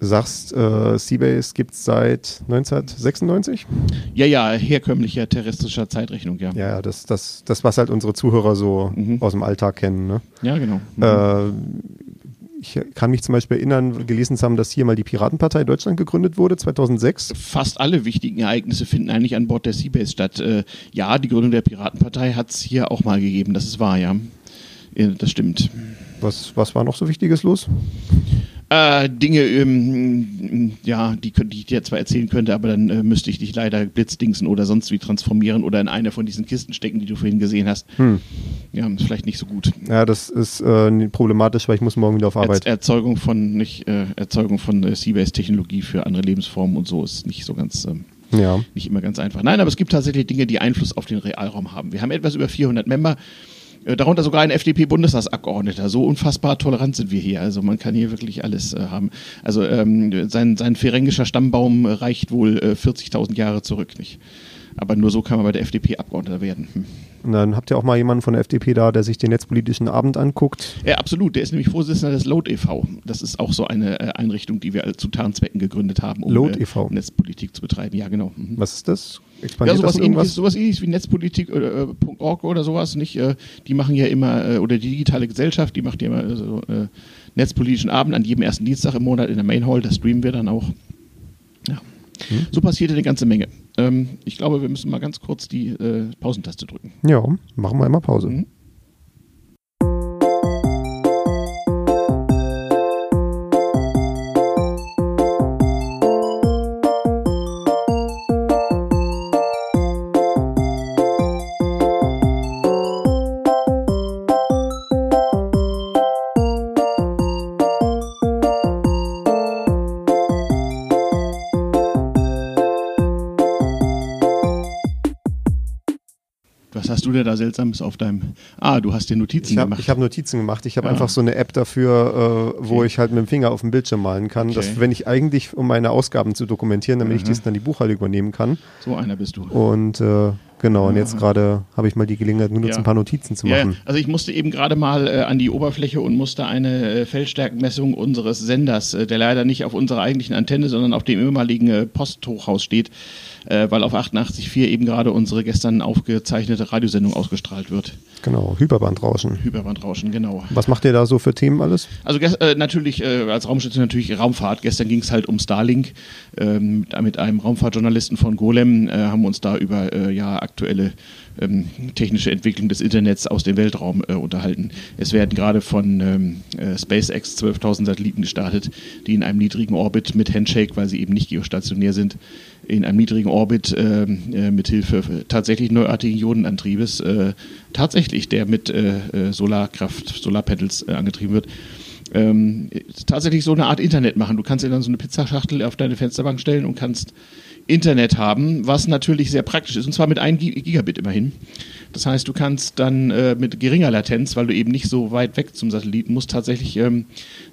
Speaker 1: Sagst, äh, Seabase gibt es seit 1996?
Speaker 2: Ja, ja, herkömmlicher terrestrischer Zeitrechnung, ja. Ja,
Speaker 1: Ja, ja, das, das, das, was halt unsere Zuhörer so
Speaker 2: Mhm.
Speaker 1: aus dem Alltag kennen. Ne?
Speaker 2: genau.
Speaker 1: Äh, ich kann mich zum Beispiel erinnern, gelesen zu haben, dass hier mal die Piratenpartei Deutschland gegründet wurde, 2006.
Speaker 2: fast alle wichtigen Ereignisse finden eigentlich an Bord der Seabase statt. Äh, ja, die Gründung der Piratenpartei hat es hier auch mal gegeben, das ist wahr, ja. Ja, das stimmt.
Speaker 1: Was, was war noch so Wichtiges los?
Speaker 2: Äh, Dinge, ähm, ja, die, könnte ich dir zwar erzählen könnte, aber dann äh, müsste ich dich leider blitzdingsen oder sonst wie transformieren oder in eine von diesen Kisten stecken, die du vorhin gesehen hast.
Speaker 1: Hm.
Speaker 2: Ja, ist vielleicht nicht so gut.
Speaker 1: Ja, das ist äh, problematisch, weil ich muss morgen wieder auf Arbeit.
Speaker 2: Erz- Erzeugung von, nicht, äh, Erzeugung von äh, Seabase-Technologie für andere Lebensformen und so ist nicht so ganz, ähm,
Speaker 1: ja.
Speaker 2: nicht immer ganz einfach. Nein, aber es gibt tatsächlich Dinge, die Einfluss auf den Realraum haben. Wir haben etwas über 400 Member, äh, darunter sogar ein FDP-Bundestagsabgeordneter. So unfassbar tolerant sind wir hier. Also man kann hier wirklich alles äh, haben. Also ähm, sein, sein ferengischer Stammbaum äh, reicht wohl äh, 40.000 Jahre zurück, nicht? Aber nur so kann man bei der FDP Abgeordneter werden. Hm.
Speaker 1: Und dann habt ihr auch mal jemanden von der FDP da, der sich den netzpolitischen Abend anguckt.
Speaker 2: Ja, absolut. Der ist nämlich Vorsitzender des Load e.V. Das ist auch so eine äh, Einrichtung, die wir alle zu Tarnzwecken gegründet haben, um
Speaker 1: Load e e.V..
Speaker 2: Netzpolitik zu betreiben. Ja, genau. Mhm.
Speaker 1: Was ist das?
Speaker 2: Ja,
Speaker 1: Expandiert
Speaker 2: sowas
Speaker 1: das in
Speaker 2: ähnliches,
Speaker 1: irgendwas?
Speaker 2: sowas ähnliches wie Netzpolitik oder äh, .org oder sowas, nicht? Äh, die machen ja immer, äh, oder die digitale Gesellschaft, die macht ja immer äh, so äh, netzpolitischen Abend an jedem ersten Dienstag im Monat in der Main Hall, das streamen wir dann auch. Ja.
Speaker 1: Hm.
Speaker 2: So passiert eine ganze Menge. Ähm, ich glaube, wir müssen mal ganz kurz die äh, Pausentaste drücken.
Speaker 1: Ja, machen wir einmal Pause.
Speaker 2: Mhm. Was hast du denn da Seltsames auf deinem. Ah, du hast dir Notizen
Speaker 1: Ich habe
Speaker 2: gemacht.
Speaker 1: hab Notizen gemacht. Ich habe
Speaker 2: Ja.
Speaker 1: einfach so eine App dafür, äh, wo
Speaker 2: Okay.
Speaker 1: ich halt mit dem Finger auf dem Bildschirm malen kann.
Speaker 2: Okay.
Speaker 1: Dass, wenn ich eigentlich, um meine Ausgaben zu dokumentieren, damit ich
Speaker 2: Mhm.
Speaker 1: dies dann die Buchhaltung übernehmen kann.
Speaker 2: so einer bist du.
Speaker 1: Und äh, genau, und jetzt
Speaker 2: Aha.
Speaker 1: gerade habe ich mal die Gelegenheit genutzt,
Speaker 2: Ah. Ja.
Speaker 1: ein paar Notizen zu
Speaker 2: Ja,
Speaker 1: machen.
Speaker 2: also ich musste eben gerade mal äh, an die Oberfläche und musste eine äh, Feldstärkenmessung unseres Senders, äh, der leider nicht auf unserer eigentlichen Antenne, sondern auf dem ehemaligen äh, Posthochhaus steht, äh, weil auf 88.4 eben gerade unsere gestern aufgezeichnete Radiosendung ausgestrahlt wird.
Speaker 1: Genau, Hyperbandrauschen.
Speaker 2: Hyperbandrauschen, genau.
Speaker 1: Was macht ihr da so für Themen alles?
Speaker 2: Also ges- äh, natürlich äh, als Raumstation natürlich Raumfahrt. Gestern ging es halt um Starlink. Ähm, da mit einem Raumfahrtjournalisten von Golem äh, haben wir uns da über äh, ja aktuelle ähm, technische Entwicklung des Internets aus dem Weltraum äh, unterhalten. Es werden gerade von ähm, äh, SpaceX 12.000 Satelliten gestartet, die in einem niedrigen Orbit mit Handshake, weil sie eben nicht geostationär sind, in einem niedrigen Orbit ähm, äh, mit Hilfe tatsächlich neuartigen Ionenantriebes äh, tatsächlich, der mit äh, äh, Solarkraft, Solarpanels äh, angetrieben wird, ähm, tatsächlich so eine Art Internet machen. Du kannst dir dann so eine Pizzaschachtel auf deine Fensterbank stellen und kannst Internet haben, was natürlich sehr praktisch ist, und zwar mit 1 Gi- Gigabit immerhin. Das heißt, du kannst dann äh, mit geringer Latenz, weil du eben nicht so weit weg zum Satelliten musst, tatsächlich ähm,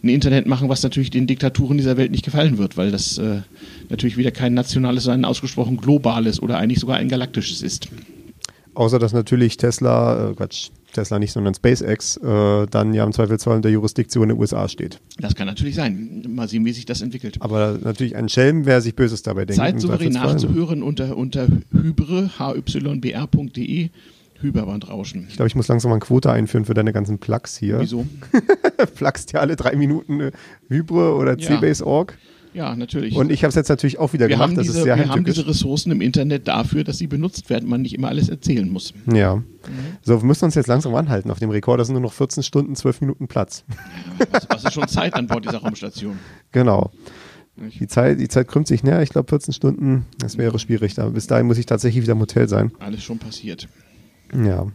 Speaker 2: ein Internet machen, was natürlich den Diktaturen dieser Welt nicht gefallen wird, weil das äh, natürlich wieder kein nationales, sondern ein ausgesprochen globales oder eigentlich sogar ein galaktisches ist.
Speaker 1: Außer dass natürlich Tesla, äh, Quatsch, Tesla nicht, sondern SpaceX, äh, dann ja im Zweifelsfall unter Jurisdiktion der USA steht.
Speaker 2: Das kann natürlich sein. Mal sehen, wie sich das entwickelt.
Speaker 1: Aber natürlich ein Schelm, wer sich Böses dabei denkt. im
Speaker 2: Zeit souverän
Speaker 1: Zweifelsfall.
Speaker 2: nachzuhören unter, unter hybre, hybr.de, Hyperbandrauschen.
Speaker 1: Ich glaube, ich muss langsam mal eine Quote einführen für deine ganzen Plugs hier.
Speaker 2: Wieso?
Speaker 1: Pluggst ja alle drei Minuten äh, Hybre oder
Speaker 2: Ja.
Speaker 1: cbase.org.
Speaker 2: Ja, natürlich.
Speaker 1: Und ich habe es jetzt natürlich auch wieder
Speaker 2: wir
Speaker 1: gemacht.
Speaker 2: haben,
Speaker 1: das
Speaker 2: diese,
Speaker 1: ist sehr
Speaker 2: wir haben
Speaker 1: heimtückisch.
Speaker 2: diese Ressourcen im Internet dafür, dass sie benutzt werden, man nicht immer alles erzählen muss.
Speaker 1: Ja. So, wir müssen uns jetzt langsam anhalten. Auf dem Rekorder sind nur noch 14 Stunden, 12 Minuten Platz.
Speaker 2: Was, was ist schon Zeit an Bord dieser Raumstation?
Speaker 1: Genau. Die Zeit, die Zeit krümmt sich näher. Ich glaube, 14 Stunden, das wäre schwierig. Da. Bis dahin muss ich tatsächlich wieder im Hotel sein.
Speaker 2: Alles schon passiert.
Speaker 1: Ja.
Speaker 2: Mhm.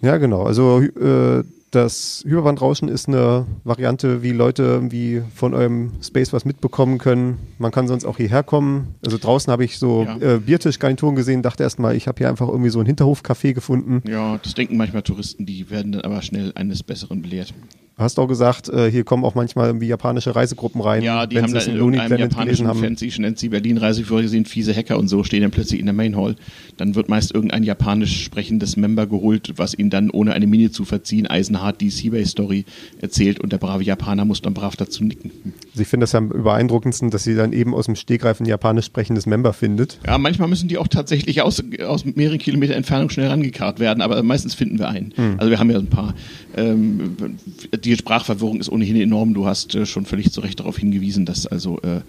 Speaker 1: Ja, genau. Also äh, das Hyperbandrauschen ist eine Variante, wie Leute wie von eurem Space was mitbekommen können. Man kann sonst auch hierher kommen. Also draußen habe ich so
Speaker 2: Ja.
Speaker 1: äh, Biertischgarnituren gesehen, dachte erstmal, ich habe hier einfach irgendwie so ein Hinterhofcafé gefunden.
Speaker 2: Ja, das denken manchmal Touristen, die werden dann aber schnell eines Besseren belehrt.
Speaker 1: Hast auch gesagt, äh, hier kommen auch manchmal irgendwie japanische Reisegruppen rein,
Speaker 2: Ja, die
Speaker 1: wenn
Speaker 2: haben
Speaker 1: sie
Speaker 2: da
Speaker 1: es
Speaker 2: in
Speaker 1: in Lonely
Speaker 2: irgendeinem
Speaker 1: Planet gelesen
Speaker 2: japanischen
Speaker 1: haben.
Speaker 2: Fancy, Nancy Berlin Reiseführer gesehen, fiese Hacker und so stehen dann plötzlich in der Main Hall. Dann wird meist irgendein japanisch sprechendes Member geholt, was ihm dann ohne eine Mine zu verziehen eisenhart die Seabase Story erzählt und der brave Japaner muss dann brav dazu nicken.
Speaker 1: Also ich finde das ja am übereindruckendsten, dass sie dann eben aus dem Stegreif ein japanisch sprechendes Member findet.
Speaker 2: Ja, manchmal müssen die auch tatsächlich aus, aus mehreren Kilometer Entfernung schnell rangekarrt werden, aber meistens finden wir einen.
Speaker 1: Hm.
Speaker 2: Also wir haben ja ein paar. Ähm, die Sprachverwirrung ist ohnehin enorm. Du hast äh, schon völlig zu Recht darauf hingewiesen, dass also äh,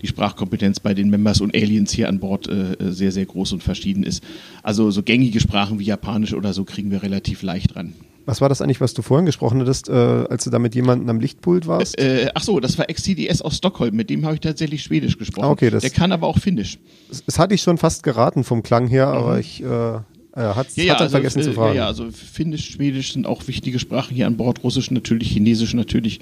Speaker 2: die Sprachkompetenz bei den Members und Aliens hier an Bord äh, sehr, sehr groß und verschieden ist. Also so gängige Sprachen wie Japanisch oder so kriegen wir relativ leicht ran.
Speaker 1: Was war das eigentlich, was du vorhin gesprochen hattest, äh, als du da mit jemandem am Lichtpult warst?
Speaker 2: Äh, ach so, das war Ex-CDS aus Stockholm, mit dem habe ich tatsächlich Schwedisch gesprochen.
Speaker 1: Ah, okay, das-
Speaker 2: Der kann aber auch Finnisch.
Speaker 1: Das, das hatte ich schon fast geraten vom Klang her,
Speaker 2: Mhm.
Speaker 1: aber ich äh, äh, hat's, hat dann vergessen
Speaker 2: äh,
Speaker 1: zu fragen.
Speaker 2: Ja, also Finnisch, Schwedisch sind auch wichtige Sprachen hier an Bord. Russisch natürlich, Chinesisch natürlich,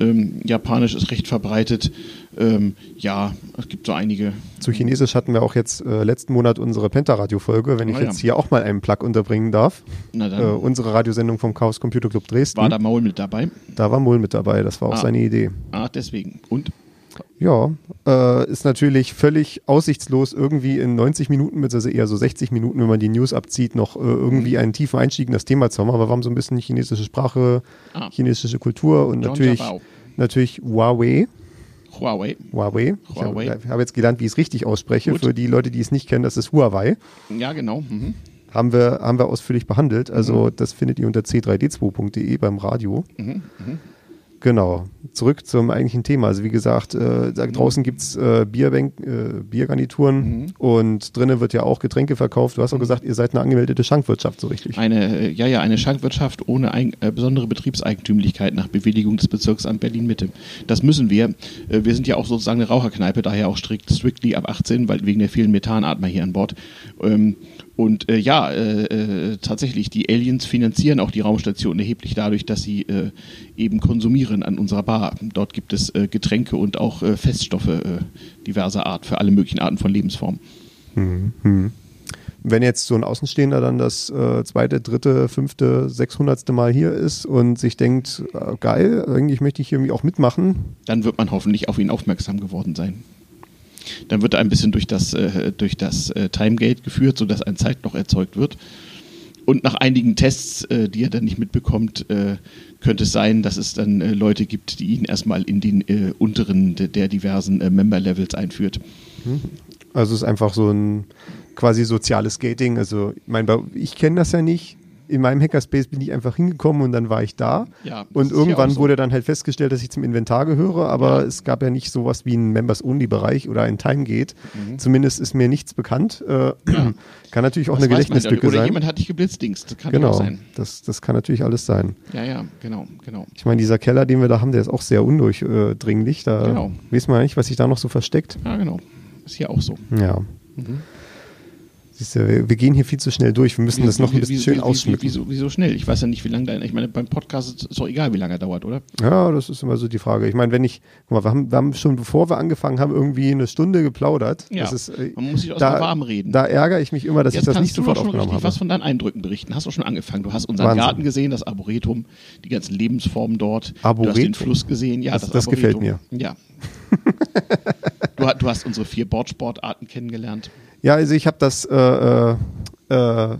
Speaker 2: ähm, Japanisch ist recht verbreitet. Ähm, ja, es gibt so einige.
Speaker 1: Zu Chinesisch hatten wir auch jetzt äh, letzten Monat unsere Pentaradio-Folge, wenn ich
Speaker 2: Ah, ja.
Speaker 1: jetzt hier auch mal einen Plug unterbringen darf.
Speaker 2: Na dann
Speaker 1: Äh, unsere Radiosendung vom Chaos Computer Club Dresden.
Speaker 2: war da Maul mit dabei.
Speaker 1: Da war Mull mit dabei, das war auch
Speaker 2: Ah.
Speaker 1: seine Idee.
Speaker 2: Ah, deswegen. Und?
Speaker 1: Ja, äh, ist natürlich völlig aussichtslos, irgendwie in 90 Minuten, beziehungsweise eher so 60 Minuten, wenn man die News abzieht, noch äh,
Speaker 2: Mhm.
Speaker 1: irgendwie einen tiefen Einstieg in das Thema zu haben. Aber wir haben so ein bisschen chinesische Sprache,
Speaker 2: Ah.
Speaker 1: chinesische Kultur und
Speaker 2: John
Speaker 1: natürlich,
Speaker 2: Jabao.
Speaker 1: natürlich Huawei.
Speaker 2: Huawei.
Speaker 1: Huawei.
Speaker 2: Huawei.
Speaker 1: Ich habe hab jetzt gelernt, wie ich es richtig ausspreche.
Speaker 2: Gut.
Speaker 1: Für die Leute, die es nicht kennen, das ist Huawei.
Speaker 2: Ja, genau. Mhm.
Speaker 1: Haben wir, haben wir ausführlich behandelt. Also das findet ihr unter c3d2.de beim Radio.
Speaker 2: Mhm,
Speaker 1: Genau. Zurück zum eigentlichen Thema. Also wie gesagt, äh,
Speaker 2: Mhm.
Speaker 1: da draußen gibt es äh, Bierbänk- äh, Biergarnituren
Speaker 2: Mhm.
Speaker 1: und drinnen wird ja auch Getränke verkauft. Du hast auch gesagt, ihr seid eine angemeldete Schankwirtschaft, so richtig.
Speaker 2: Eine, äh, ja, ja, eine Schankwirtschaft ohne eig- äh, besondere Betriebseigentümlichkeit nach Bewilligung des Bezirksamt Berlin-Mitte. Das müssen wir. Äh, wir sind ja auch sozusagen eine Raucherkneipe, daher auch strikt strictly ab 18, weil wegen der vielen Methanatmer hier an Bord. Ähm, und äh, ja, äh, äh, tatsächlich, die Aliens finanzieren auch die Raumstation erheblich dadurch, dass sie äh, eben konsumieren an unserer Bar. Dort gibt es äh, Getränke und auch äh, Feststoffe äh, diverser Art für alle möglichen Arten von Lebensformen.
Speaker 1: Wenn jetzt so ein Außenstehender dann das äh, zweite, dritte, fünfte, sechshundertste Mal hier ist und sich denkt, äh, geil, eigentlich möchte ich hier irgendwie auch mitmachen,
Speaker 2: dann wird man hoffentlich auf ihn aufmerksam geworden sein. Dann wird er ein bisschen durch das, äh, durch das äh, Timegate geführt, sodass ein Zeitloch erzeugt wird. Und nach einigen Tests, äh, die er dann nicht mitbekommt, äh, könnte es sein, dass es dann äh, Leute gibt, die ihn erstmal in den äh, unteren de der diversen äh, Member-Levels einführt.
Speaker 1: Also es ist einfach so ein quasi soziales Skating. Also ich, mein, bei- ich kenne das ja nicht. In meinem Hackerspace bin ich einfach hingekommen und dann war ich da.
Speaker 2: Ja, das ist
Speaker 1: und
Speaker 2: hier
Speaker 1: irgendwann
Speaker 2: auch so.
Speaker 1: wurde dann halt festgestellt, dass ich zum Inventar gehöre, aber es gab ja nicht sowas wie einen Members-Only-Bereich oder ein Timegate.
Speaker 2: Mhm.
Speaker 1: Zumindest ist mir nichts bekannt. Äh, Kann natürlich auch
Speaker 2: Das
Speaker 1: eine
Speaker 2: weiß man ja.
Speaker 1: Gedächtnislücke
Speaker 2: Oder
Speaker 1: sein.
Speaker 2: jemand hat dich geblitzt, Dings. Das kann ja auch
Speaker 1: Genau,
Speaker 2: sein.
Speaker 1: das, das kann natürlich alles sein.
Speaker 2: Ja, ja, genau, genau.
Speaker 1: Ich meine, dieser Keller, den wir da haben, der ist auch sehr undurchdringlich. Da
Speaker 2: Genau.
Speaker 1: weiß man ja nicht, was sich da noch so versteckt.
Speaker 2: Ja, genau. Ist hier auch so.
Speaker 1: Ja. Siehst du, wir, wir gehen hier viel zu schnell durch. Wir müssen das noch ein bisschen schön ausschmücken.
Speaker 2: Wieso, wieso schnell? Ich weiß ja nicht, wie lange dein. Ich meine, beim Podcast ist es doch egal, wie lange er dauert, oder?
Speaker 1: Ja, das ist immer so die Frage. Ich meine, wenn ich, guck mal, wir haben, wir haben schon, bevor wir angefangen haben, irgendwie eine Stunde geplaudert.
Speaker 2: Ja,
Speaker 1: Das ist, äh,
Speaker 2: man muss sich auch
Speaker 1: da,
Speaker 2: mal warm reden.
Speaker 1: Da ärgere ich mich immer, dass ich das nicht
Speaker 2: kannst du
Speaker 1: sofort
Speaker 2: doch schon
Speaker 1: aufgenommen
Speaker 2: richtig
Speaker 1: habe.
Speaker 2: was von deinen Eindrücken berichten. Hast du schon angefangen. Du hast unseren
Speaker 1: Wahnsinn.
Speaker 2: Garten gesehen, das Arboretum, die ganzen Lebensformen dort. Du hast
Speaker 1: Arboretum?
Speaker 2: den Fluss gesehen. Ja,
Speaker 1: Das-
Speaker 2: das,
Speaker 1: das gefällt
Speaker 2: Arboretum. Ja. du, ha- du hast unsere vier Bordsportarten kennengelernt.
Speaker 1: Ja, also ich habe das, äh, äh, äh,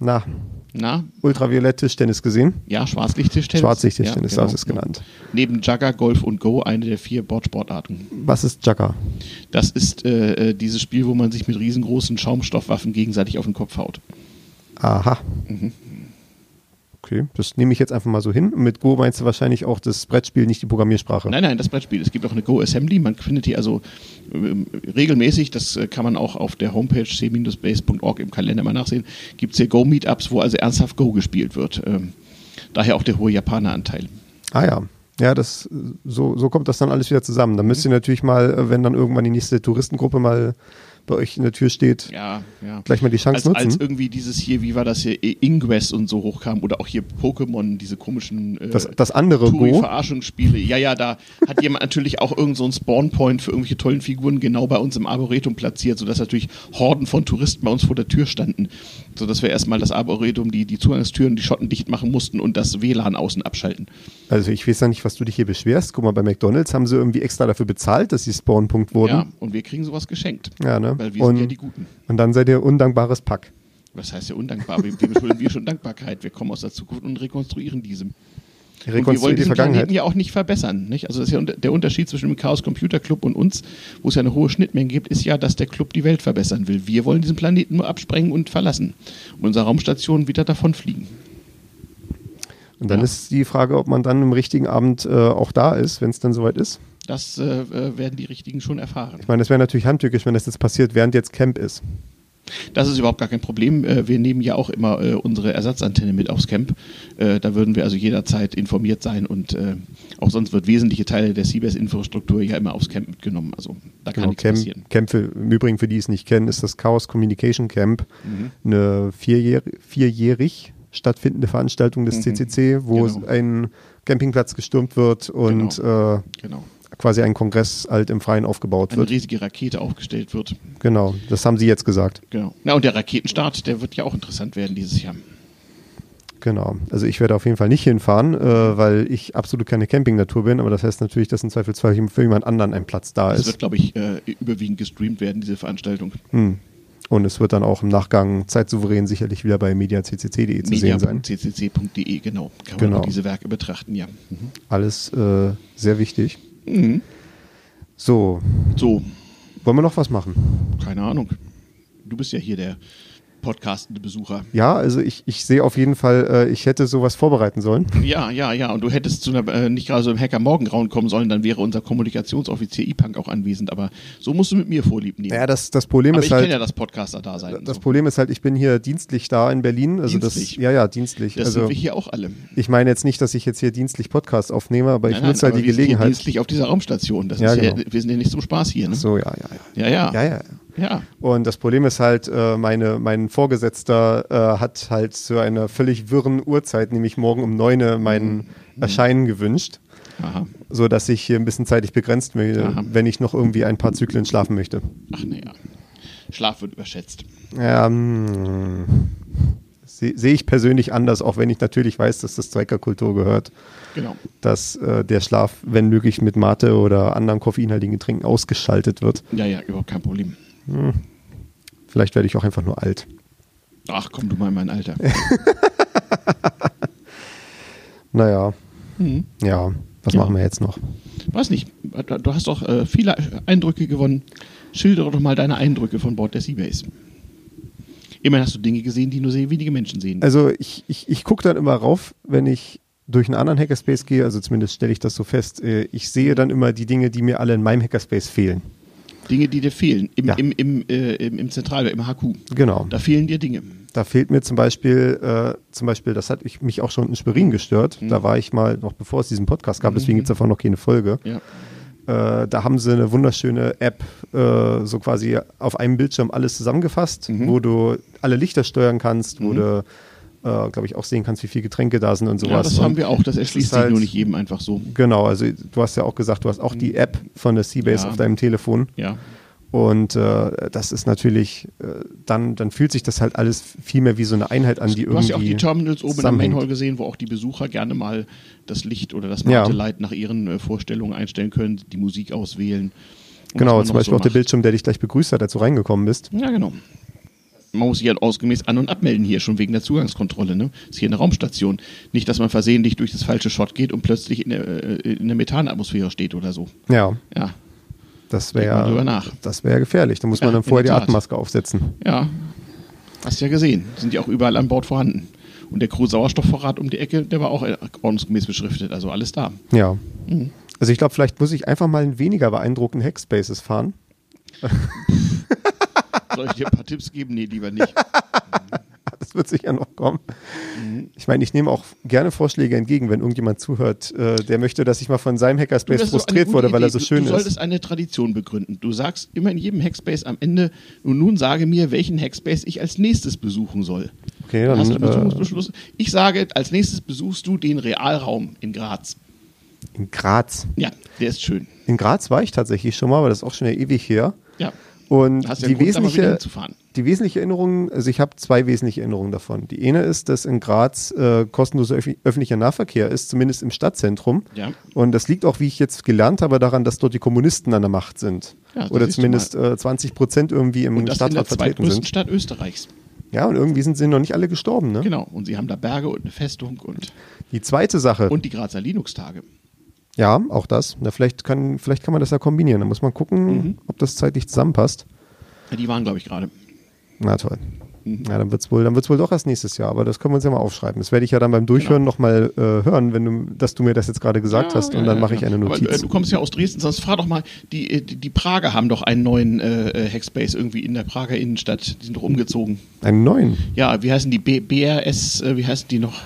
Speaker 1: na,
Speaker 2: Na?
Speaker 1: ultraviolett Tischtennis gesehen.
Speaker 2: Ja, Schwarzlichttischtennis.
Speaker 1: Schwarzlicht-Tischtennis,
Speaker 2: Ja, genau.
Speaker 1: das ist genannt.
Speaker 2: Neben Jugger, Golf und Go eine der vier Bordsportarten.
Speaker 1: Was ist Jagger?
Speaker 2: Das ist äh, äh, dieses Spiel, wo man sich mit riesengroßen Schaumstoffwaffen gegenseitig auf den Kopf haut.
Speaker 1: Aha.
Speaker 2: Mhm.
Speaker 1: Okay, das nehme ich jetzt einfach mal so hin. Und mit Go meinst du wahrscheinlich auch das Brettspiel, nicht die Programmiersprache.
Speaker 2: Nein, nein, das Brettspiel. Es gibt auch eine Go-Assembly. Man findet die also ähm, regelmäßig, das äh, kann man auch auf der Homepage c-base.org im Kalender mal nachsehen, gibt es hier Go-Meetups, wo also ernsthaft Go gespielt wird. Ähm, daher auch der hohe Japaneranteil.
Speaker 1: Ah ja. Ja, das, äh, so, so kommt das dann alles wieder zusammen. Dann
Speaker 2: Mhm.
Speaker 1: müsst ihr natürlich mal, äh, wenn dann irgendwann die nächste Touristengruppe mal bei euch in der Tür steht,
Speaker 2: Ja, ja.
Speaker 1: gleich mal die Chance
Speaker 2: Als, als
Speaker 1: nutzen.
Speaker 2: irgendwie dieses hier, wie war das hier, I- Ingress und so hochkam oder auch hier Pokémon, diese komischen äh,
Speaker 1: Das, das andere Go.
Speaker 2: Touri-Verarschungsspiele. Ja, ja, da hat jemand natürlich auch irgend so einen Spawnpoint für irgendwelche tollen Figuren genau bei uns im Arboretum platziert, sodass natürlich Horden von Touristen bei uns vor der Tür standen. Sodass wir erstmal das Arboretum, die, die Zugangstüren, die Schotten dicht machen mussten und das WLAN außen abschalten.
Speaker 1: Also ich weiß ja nicht, was du dich hier beschwerst. Guck mal, bei McDonalds haben sie irgendwie extra dafür bezahlt, dass sie Spawnpunkt
Speaker 2: Ja,
Speaker 1: wurden.
Speaker 2: und wir kriegen sowas geschenkt.
Speaker 1: Ja, ne?
Speaker 2: Weil wir
Speaker 1: und,
Speaker 2: sind ja die Guten.
Speaker 1: und dann seid ihr undankbares Pack.
Speaker 2: Was heißt ja undankbar? Wir, wir schulden wir schon Dankbarkeit. Wir kommen aus der Zukunft und rekonstruieren diese. Und wir wollen
Speaker 1: Rekonstruiert die
Speaker 2: diesen
Speaker 1: Vergangenheit.
Speaker 2: Planeten ja auch nicht verbessern. Nicht? Also das ist ja unter- der Unterschied zwischen dem Chaos Computer Club und uns, wo es ja eine hohe Schnittmenge gibt, ist ja, dass der Club die Welt verbessern will. Wir wollen diesen Planeten nur absprengen und verlassen und unsere Raumstation wieder davonfliegen.
Speaker 1: Und dann
Speaker 2: ja.
Speaker 1: ist die Frage, ob man dann am richtigen Abend äh, auch da ist, wenn es dann soweit ist.
Speaker 2: Das äh, äh, werden die Richtigen schon erfahren.
Speaker 1: Ich meine, das wäre natürlich handtückisch, wenn das jetzt passiert, während jetzt Camp ist.
Speaker 2: Das ist überhaupt gar kein Problem. Äh, wir nehmen ja auch immer äh, unsere Ersatzantenne mit aufs Camp. Äh, da würden wir also jederzeit informiert sein und äh, auch sonst wird wesentliche Teile der CBS-Infrastruktur ja immer aufs Camp mitgenommen. Also da kann genau, nichts
Speaker 1: Camp,
Speaker 2: passieren.
Speaker 1: Camp für, im Übrigen für die es nicht kennen, ist das Chaos Communication Camp, mhm. eine vierjähr, vierjährig stattfindende Veranstaltung des mhm. CCC, wo genau. ein Campingplatz gestürmt wird und genau. genau quasi ein Kongress halt im Freien aufgebaut
Speaker 2: eine
Speaker 1: wird.
Speaker 2: Eine riesige Rakete aufgestellt wird.
Speaker 1: Genau, das haben Sie jetzt gesagt.
Speaker 2: Genau. Na und der Raketenstart, der wird ja auch interessant werden dieses Jahr.
Speaker 1: Genau, also ich werde auf jeden Fall nicht hinfahren, äh, weil ich absolut keine Campingnatur bin, aber das heißt natürlich, dass im Zweifelsfall für jemand anderen ein Platz da ist.
Speaker 2: Es wird, glaube ich, äh, überwiegend gestreamt werden, diese Veranstaltung.
Speaker 1: Hm. Und es wird dann auch im Nachgang zeitsouverän sicherlich wieder bei mediaccc.de E zu sehen
Speaker 2: Media
Speaker 1: sein.
Speaker 2: mediaccc.de, genau. Kann genau. man auch diese Werke betrachten, ja.
Speaker 1: Mhm. Alles äh, sehr wichtig. Mhm. So.
Speaker 2: So.
Speaker 1: Wollen wir noch was machen?
Speaker 2: Keine Ahnung. Du bist ja hier der podcastende Besucher.
Speaker 1: Ja, also ich, ich sehe auf jeden Fall, äh, ich hätte sowas vorbereiten sollen.
Speaker 2: Ja, ja, ja. Und du hättest zu einer, äh, nicht gerade so im Hacker-Morgengrauen kommen sollen, dann wäre unser Kommunikationsoffizier E-Punk auch anwesend. Aber so musst du mit mir vorlieb nehmen.
Speaker 1: Ja, das, das Problem
Speaker 2: Aber
Speaker 1: ist halt.
Speaker 2: Ich kenne ja das Podcaster-Dasein.
Speaker 1: Das so. Problem ist halt, ich bin hier dienstlich da in Berlin. Also dienstlich. Das, ja, ja, dienstlich.
Speaker 2: Das
Speaker 1: also,
Speaker 2: sind wir hier auch alle.
Speaker 1: Ich meine jetzt nicht, dass ich jetzt hier dienstlich Podcast aufnehme, aber nein, ich nutze nein, halt die Gelegenheit.
Speaker 2: dienstlich auf dieser Raumstation. Das ja, genau. ja, wir sind ja nicht zum Spaß hier. Ne?
Speaker 1: So, ja,
Speaker 2: ja, ja. Ja,
Speaker 1: ja. ja, ja.
Speaker 2: Ja.
Speaker 1: Und das Problem ist halt, äh, meine, mein Vorgesetzter äh, hat halt zu einer völlig wirren Uhrzeit, nämlich morgen um 9 mein mhm. Erscheinen gewünscht. Aha. So dass ich hier ein bisschen zeitlich begrenzt werde, Aha. wenn ich noch irgendwie ein paar Zyklen schlafen möchte.
Speaker 2: Ach naja. Schlaf wird überschätzt.
Speaker 1: Ähm, Sehe seh ich persönlich anders, auch wenn ich natürlich weiß, dass das zur Hackerkultur gehört.
Speaker 2: Genau.
Speaker 1: Dass äh, der Schlaf, wenn möglich, mit Mate oder anderen koffeinhaltigen Getränken ausgeschaltet wird.
Speaker 2: Ja, ja, überhaupt kein Problem.
Speaker 1: Hm. Vielleicht werde ich auch einfach nur alt.
Speaker 2: Ach, komm du mal in mein Alter.
Speaker 1: naja. Mhm. Ja, was ja. machen wir jetzt noch?
Speaker 2: Hm. Weiß nicht. Du hast doch äh, viele Eindrücke gewonnen. Schildere doch mal deine Eindrücke von Bord der Seabase. Immerhin hast du Dinge gesehen, die nur sehr wenige Menschen sehen.
Speaker 1: Also ich, ich, ich gucke dann immer rauf, wenn ich durch einen anderen Hackerspace gehe, also zumindest stelle ich das so fest, Äh, ich sehe dann immer die Dinge, die mir alle in meinem Hackerspace fehlen.
Speaker 2: Dinge, die dir fehlen. Im, ja. im, im, äh, im, im Zentralwerk, im HQ.
Speaker 1: Genau.
Speaker 2: Da fehlen dir Dinge.
Speaker 1: Da fehlt mir zum Beispiel, äh, zum Beispiel, das hat ich, mich auch schon in Sperin gestört. Mhm. Da war ich mal, noch bevor es diesen Podcast gab, deswegen mhm. gibt es davon noch keine Folge. Ja. Äh, da haben sie eine wunderschöne App, äh, so quasi auf einem Bildschirm alles zusammengefasst, mhm. wo du alle Lichter steuern kannst,
Speaker 2: Mhm.
Speaker 1: wo du äh, glaube ich, auch sehen kannst, wie viele Getränke da sind und sowas. Ja,
Speaker 2: das
Speaker 1: und
Speaker 2: haben wir auch, das erschließt sich halt, nur nicht jedem einfach so.
Speaker 1: Genau, also du hast ja auch gesagt, du hast auch
Speaker 2: Mhm.
Speaker 1: die App von der Seabase ja. auf deinem Telefon.
Speaker 2: Ja.
Speaker 1: Und äh, das ist natürlich, äh, dann, dann fühlt sich das halt alles viel mehr wie so eine Einheit an, die irgendwie. Du
Speaker 2: hast ja auch die Terminals oben im Main Hall gesehen, wo auch die Besucher gerne mal das Licht oder das Mate-Light ja. nach ihren äh, Vorstellungen einstellen können, die Musik auswählen.
Speaker 1: Genau, zum Beispiel so auch der Bildschirm, der dich gleich begrüßt hat, als du reingekommen bist.
Speaker 2: Ja, genau man muss sich halt ausgemäß an- und abmelden hier, schon wegen der Zugangskontrolle. Ne? Ist hier eine Raumstation. Nicht, dass man versehentlich durch das falsche Shot geht und plötzlich in der, äh, in der Methanatmosphäre steht oder so.
Speaker 1: Ja.
Speaker 2: Ja.
Speaker 1: Das wäre das wäre gefährlich. Da muss ja, man dann vorher die Atemmaske aufsetzen.
Speaker 2: Ja. Hast ja gesehen. Sind ja auch überall an Bord vorhanden. Und der Crew-Sauerstoffvorrat um die Ecke, der war auch ordnungsgemäß beschriftet. Also alles da.
Speaker 1: Ja. Mhm. Also ich glaube, vielleicht muss ich einfach mal in weniger beeindruckenden Hackspaces fahren.
Speaker 2: Soll ich dir ein paar Tipps geben? Nee, lieber nicht.
Speaker 1: Das wird sicher noch kommen. Mhm. Ich meine, ich nehme auch gerne Vorschläge entgegen, wenn irgendjemand zuhört, äh, der möchte, dass ich mal von seinem Hackerspace frustriert wurde, weil
Speaker 2: Idee.
Speaker 1: er so
Speaker 2: du,
Speaker 1: schön
Speaker 2: du
Speaker 1: ist.
Speaker 2: Du solltest eine Tradition begründen. Du sagst immer in jedem Hackspace am Ende, und nun sage mir, welchen Hackspace ich als nächstes besuchen soll.
Speaker 1: Okay, dann,
Speaker 2: hast du Besuchsbeschluss. Äh, ich sage, als nächstes besuchst du den Realraum in Graz.
Speaker 1: In Graz?
Speaker 2: Ja, der ist schön.
Speaker 1: In Graz war ich tatsächlich schon mal, aber das ist auch schon ja ewig her.
Speaker 2: Ja.
Speaker 1: Und ja die, Grund, wesentliche, die wesentliche Erinnerung, also ich habe zwei wesentliche Erinnerungen davon. Die eine ist, dass in Graz äh, kostenloser öf öffentlicher Nahverkehr ist, zumindest im Stadtzentrum.
Speaker 2: Ja.
Speaker 1: Und das liegt auch, wie ich jetzt gelernt habe, daran, dass dort die Kommunisten an der Macht sind.
Speaker 2: Ja,
Speaker 1: Oder zumindest äh, 20 Prozent irgendwie im
Speaker 2: und das
Speaker 1: Stadtrat
Speaker 2: in der
Speaker 1: vertreten
Speaker 2: sind. Stadt Österreichs.
Speaker 1: Ja, und irgendwie sind sie noch nicht alle gestorben, ne?
Speaker 2: Genau, und sie haben da Berge und eine Festung und.
Speaker 1: Die zweite Sache.
Speaker 2: Und die Grazer Linux-Tage.
Speaker 1: Ja, auch das. Na, vielleicht, kann, vielleicht kann man das ja kombinieren. Da muss man gucken, mhm. ob das zeitlich zusammenpasst.
Speaker 2: Ja, die waren, glaube ich, gerade.
Speaker 1: Na toll.
Speaker 2: Mhm.
Speaker 1: Ja, dann wird es wohl, dann wird's wohl doch erst nächstes Jahr, aber das können wir uns ja mal aufschreiben. Das werde ich ja dann beim Durchhören genau. nochmal äh, hören, wenn du, dass du mir das jetzt gerade gesagt
Speaker 2: Ja,
Speaker 1: hast
Speaker 2: ja,
Speaker 1: und dann
Speaker 2: ja,
Speaker 1: mache ich
Speaker 2: genau.
Speaker 1: eine Notiz.
Speaker 2: Aber, äh, du kommst ja aus Dresden, sonst fahr doch mal. Die, äh, die, die Prager haben doch einen neuen äh, äh, Hackspace irgendwie in der Prager Innenstadt. Die sind doch umgezogen.
Speaker 1: Einen neuen.
Speaker 2: Ja, wie heißen die? B BRS, äh, wie heißen die noch?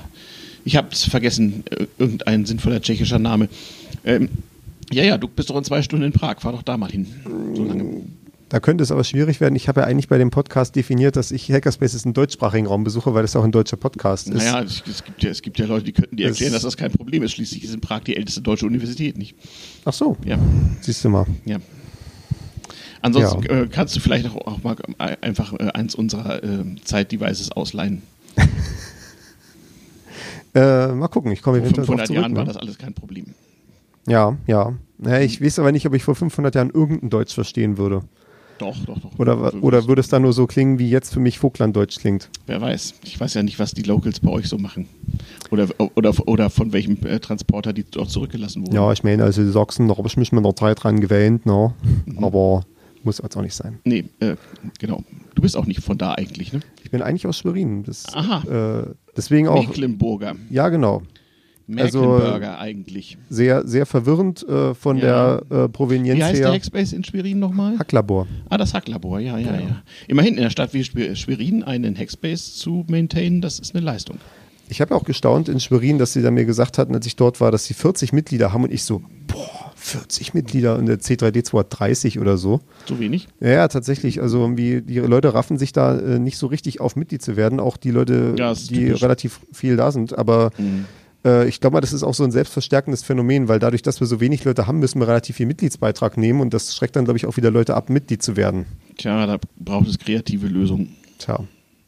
Speaker 2: Ich hab's vergessen. Äh, irgendein sinnvoller tschechischer Name. Ähm, ja, ja, du bist doch in zwei Stunden in Prag. Fahr doch da mal hin. So lange.
Speaker 1: Da könnte es aber schwierig werden. Ich habe ja eigentlich bei dem Podcast definiert, dass ich Hackerspaces im deutschsprachigen Raum besuche, weil das auch ein deutscher Podcast ist.
Speaker 2: Naja, es, es, gibt ja, es gibt ja Leute, die könnten dir
Speaker 1: Das-
Speaker 2: erklären, dass das kein Problem ist. Schließlich ist in Prag die älteste deutsche Universität, nicht?
Speaker 1: Ach so,
Speaker 2: Ja.
Speaker 1: siehst du mal.
Speaker 2: Ja. Ansonsten
Speaker 1: Ja.
Speaker 2: Äh, kannst du vielleicht auch, auch mal äh, einfach äh, eins unserer äh, Zeit-Devices ausleihen.
Speaker 1: Äh, mal gucken, ich komme
Speaker 2: Vor
Speaker 1: eventuell drauf
Speaker 2: 500
Speaker 1: zurück.
Speaker 2: Jahren war
Speaker 1: ne?
Speaker 2: das alles kein Problem.
Speaker 1: Ja, ja. Naja, ich weiß aber nicht, ob ich vor 500 Jahren irgendein Deutsch verstehen würde.
Speaker 2: Doch, doch, doch.
Speaker 1: Oder, wa- oder würde es dann nur so klingen, wie jetzt für mich Vogtlanddeutsch klingt?
Speaker 2: Wer weiß. Ich weiß ja nicht, was die Locals bei euch so machen. Oder, oder, oder von welchem äh, Transporter die dort zurückgelassen wurden.
Speaker 1: Ja, ich meine, also die Sachsen, da habe ich mich mit der Zeit dran gewöhnt, ne?
Speaker 2: Mhm.
Speaker 1: aber muss jetzt auch nicht sein.
Speaker 2: Nee, äh, genau. Du bist auch nicht von da eigentlich, ne?
Speaker 1: Ich bin eigentlich aus Schwerin. Das, Äh,
Speaker 2: Aha.
Speaker 1: deswegen auch,
Speaker 2: Mecklenburger.
Speaker 1: ja genau, Also, äh,
Speaker 2: Mecklenburger eigentlich.
Speaker 1: sehr, sehr verwirrend äh, von
Speaker 2: Ja.
Speaker 1: der äh, Provenienz
Speaker 2: Wie heißt der
Speaker 1: her.
Speaker 2: Hackspace in Schwerin nochmal?
Speaker 1: Hacklabor.
Speaker 2: Ah, das Hacklabor, ja, ja, ja. Immerhin in einer Stadt wie Schwe- Schwerin einen Hackspace zu maintainen, das ist eine Leistung.
Speaker 1: Ich habe auch gestaunt in Schwerin, dass sie dann mir gesagt hatten, als ich dort war, dass sie 40 Mitglieder haben und ich so, boah, 40 Mitglieder und der C3D2 hat 30 oder so.
Speaker 2: So wenig?
Speaker 1: Ja, ja, tatsächlich. Also irgendwie die Leute raffen sich da äh, nicht so richtig auf, Mitglied zu werden. Auch die Leute,
Speaker 2: Ja, ist
Speaker 1: die
Speaker 2: typisch. Mhm.
Speaker 1: relativ viel da sind. Aber äh, ich glaube mal, das ist auch so ein selbstverstärkendes Phänomen, weil dadurch, dass wir so wenig Leute haben, müssen wir relativ viel Mitgliedsbeitrag nehmen und das schreckt dann, glaube ich, auch wieder Leute ab, Mitglied zu werden.
Speaker 2: Tja, da braucht es kreative Lösungen.
Speaker 1: Tja.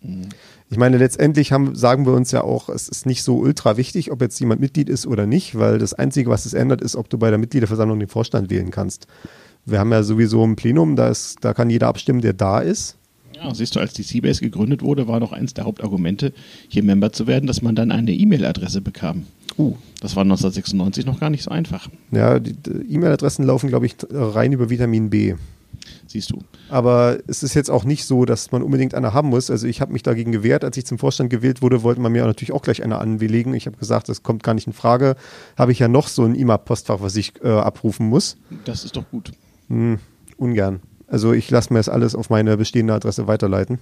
Speaker 2: Mhm.
Speaker 1: Ich meine, letztendlich haben, sagen wir uns ja auch, es ist nicht so ultra wichtig, ob jetzt jemand Mitglied ist oder nicht, weil das Einzige, was es ändert, ist, ob du bei der Mitgliederversammlung den Vorstand wählen kannst. Wir haben ja sowieso ein Plenum, da, ist, da kann jeder abstimmen, der da ist.
Speaker 2: Ja, siehst du, als die Seabase gegründet wurde, war noch eins der Hauptargumente, hier Member zu werden, dass man dann eine E-Mail-Adresse bekam.
Speaker 1: Uh.
Speaker 2: Das war 1996 noch gar nicht so einfach,
Speaker 1: Ja, die die E-Mail-Adressen laufen, glaube ich, t- rein über Vitamin B.
Speaker 2: siehst du.
Speaker 1: Aber es ist jetzt auch nicht so, dass man unbedingt eine haben muss. Also ich habe mich dagegen gewehrt, als ich zum Vorstand gewählt wurde, wollten man mir natürlich auch gleich eine anlegen. Ich habe gesagt, das kommt gar nicht in Frage. Habe ich ja noch so ein E E-Mail-Postfach, was ich äh, abrufen muss.
Speaker 2: Das ist doch gut.
Speaker 1: Ungern. Also ich lasse mir das alles auf meine bestehende Adresse weiterleiten.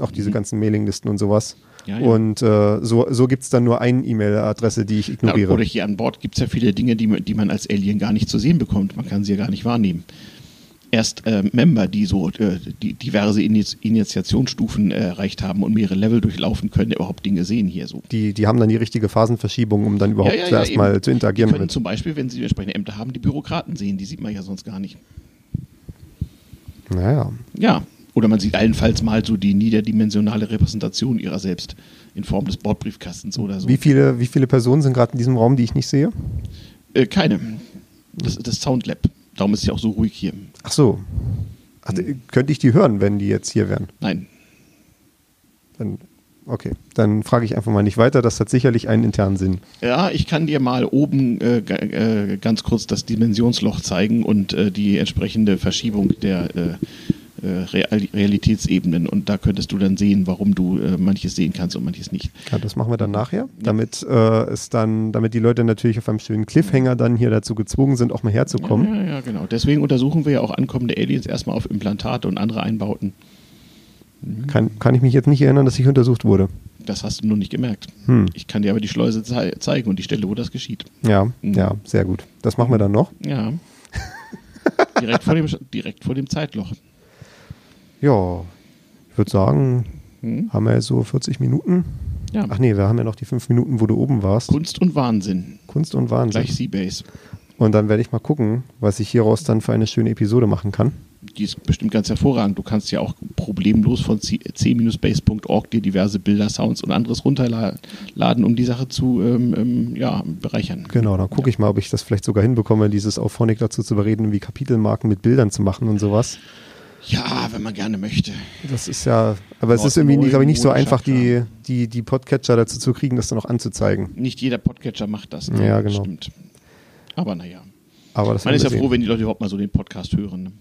Speaker 1: Auch diese ganzen Mailinglisten und sowas.
Speaker 2: Mhm. Ja, ja.
Speaker 1: Und äh, so, so gibt es dann nur eine E-Mail-Adresse, die ich
Speaker 2: Na,
Speaker 1: ignoriere.
Speaker 2: Oder hier an Bord gibt es ja viele Dinge, die, man- die man als Alien gar nicht zu sehen bekommt. Man kann sie ja gar nicht wahrnehmen. Erst äh, Member, die so äh, die diverse Ini- Initiationsstufen äh, erreicht haben und mehrere Level durchlaufen können, überhaupt Dinge sehen hier so.
Speaker 1: die, die haben dann die richtige Phasenverschiebung, um dann überhaupt erstmal
Speaker 2: eben.
Speaker 1: zu interagieren
Speaker 2: Die können
Speaker 1: mit.
Speaker 2: zum Beispiel, wenn sie entsprechende Ämter haben, die Bürokraten sehen. Die sieht man ja sonst gar nicht.
Speaker 1: Naja.
Speaker 2: Ja. Oder man sieht allenfalls mal so die niederdimensionale Repräsentation ihrer selbst in Form des Bordbriefkastens oder so.
Speaker 1: Wie viele, wie viele Personen sind gerade in diesem Raum, die ich nicht sehe?
Speaker 2: Äh, keine. Das ist das Soundlab. Darum ist es ja auch so ruhig hier.
Speaker 1: Ach so. Ach, äh, könnte ich die hören, wenn die jetzt hier wären?
Speaker 2: Nein.
Speaker 1: Dann, okay, dann frage ich einfach mal nicht weiter. Das hat sicherlich einen internen Sinn.
Speaker 2: Ja, ich kann dir mal oben äh, ga- äh, ganz kurz das Dimensionsloch zeigen und äh, die entsprechende Verschiebung der äh, äh, Real Realitätsebenen. Und da könntest du dann sehen, warum du äh, manches sehen kannst und manches nicht.
Speaker 1: Ja, das machen wir dann nachher, damit äh, es dann, damit die Leute natürlich auf einem schönen Cliffhanger dann hier dazu gezwungen sind, auch mal herzukommen.
Speaker 2: Ja, ja, genau. Deswegen untersuchen wir ja auch ankommende Aliens erstmal auf Implantate und andere Einbauten. Mhm.
Speaker 1: Kann, kann ich mich jetzt nicht erinnern, dass ich untersucht wurde.
Speaker 2: Das hast du nur nicht gemerkt.
Speaker 1: Hm.
Speaker 2: Ich kann dir aber die Schleuse zei zeigen und die Stelle, wo das geschieht.
Speaker 1: Ja,
Speaker 2: Mhm.
Speaker 1: ja, sehr gut. Das machen wir dann noch.
Speaker 2: Ja. direkt, vor dem, direkt vor dem Zeitloch.
Speaker 1: Ja, ich würde sagen,
Speaker 2: Hm?
Speaker 1: haben wir jetzt so 40 Minuten.
Speaker 2: Ja.
Speaker 1: Ach nee, wir haben ja noch die fünf Minuten, wo du oben warst.
Speaker 2: Kunst und Wahnsinn.
Speaker 1: Kunst und Wahnsinn.
Speaker 2: Gleich Seabase.
Speaker 1: Und dann werde ich mal gucken, was ich hieraus dann für eine schöne Episode machen kann.
Speaker 2: Die ist bestimmt ganz hervorragend. Du kannst ja auch problemlos von c- c-base.org dir diverse Bilder, Sounds und anderes runterladen, um die Sache zu ähm, ähm, ja, bereichern.
Speaker 1: Genau, dann gucke ich mal, ob ich das vielleicht sogar hinbekomme, dieses Auphonic dazu zu bereden, wie Kapitelmarken mit Bildern zu machen und sowas.
Speaker 2: Ja, wenn man gerne möchte.
Speaker 1: Das ist ja, aber es ist
Speaker 2: Neu-
Speaker 1: irgendwie, glaube ich, nicht so
Speaker 2: neumodischer
Speaker 1: einfach, die,
Speaker 2: Charme.
Speaker 1: die, die Podcatcher dazu zu kriegen, das dann auch anzuzeigen.
Speaker 2: Nicht jeder Podcatcher macht das. ne?
Speaker 1: Ja, genau.
Speaker 2: Stimmt. Aber naja.
Speaker 1: Aber das
Speaker 2: Man
Speaker 1: werden
Speaker 2: ist ja
Speaker 1: wir sehen.
Speaker 2: froh, wenn die Leute überhaupt mal so den Podcast hören. ne?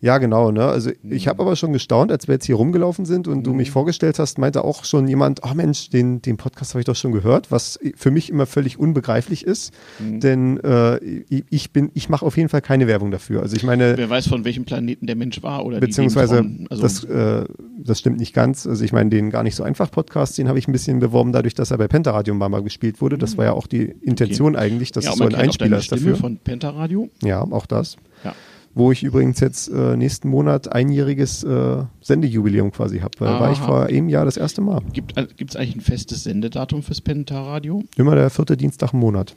Speaker 1: Ja, genau. Ne? Also ich
Speaker 2: Mhm.
Speaker 1: habe aber schon gestaunt, als wir jetzt hier rumgelaufen sind und du mich vorgestellt hast, meinte auch schon jemand, oh Mensch, den, den Podcast habe ich doch schon gehört, was für mich immer völlig unbegreiflich ist.
Speaker 2: Mhm.
Speaker 1: Denn äh, ich, ich bin, ich mache auf jeden Fall keine Werbung dafür. Also ich meine,
Speaker 2: Wer weiß, von welchem Planeten der Mensch war oder die
Speaker 1: Beziehungsweise,
Speaker 2: Lebensformen. Also,
Speaker 1: das, äh, das stimmt nicht ganz. Also ich meine, den gar nicht so einfach Podcast, den habe ich ein bisschen beworben, dadurch, dass er bei Pentaradium mal gespielt wurde. Das war ja auch die Intention eigentlich, dass
Speaker 2: Mhm. ja,
Speaker 1: es so
Speaker 2: und man
Speaker 1: ein
Speaker 2: kennt auch deine
Speaker 1: Einspieler ist
Speaker 2: Stimme
Speaker 1: dafür.
Speaker 2: von Pentaradio.
Speaker 1: Ja, auch das.
Speaker 2: Ja.
Speaker 1: Wo ich übrigens jetzt äh, nächsten Monat einjähriges äh, Sendejubiläum quasi habe. Da war ich
Speaker 2: Aha.
Speaker 1: vor einem Jahr das erste Mal.
Speaker 2: Gibt es eigentlich ein festes Sendedatum fürs Pentaradio?
Speaker 1: Immer der vierte Dienstag im Monat.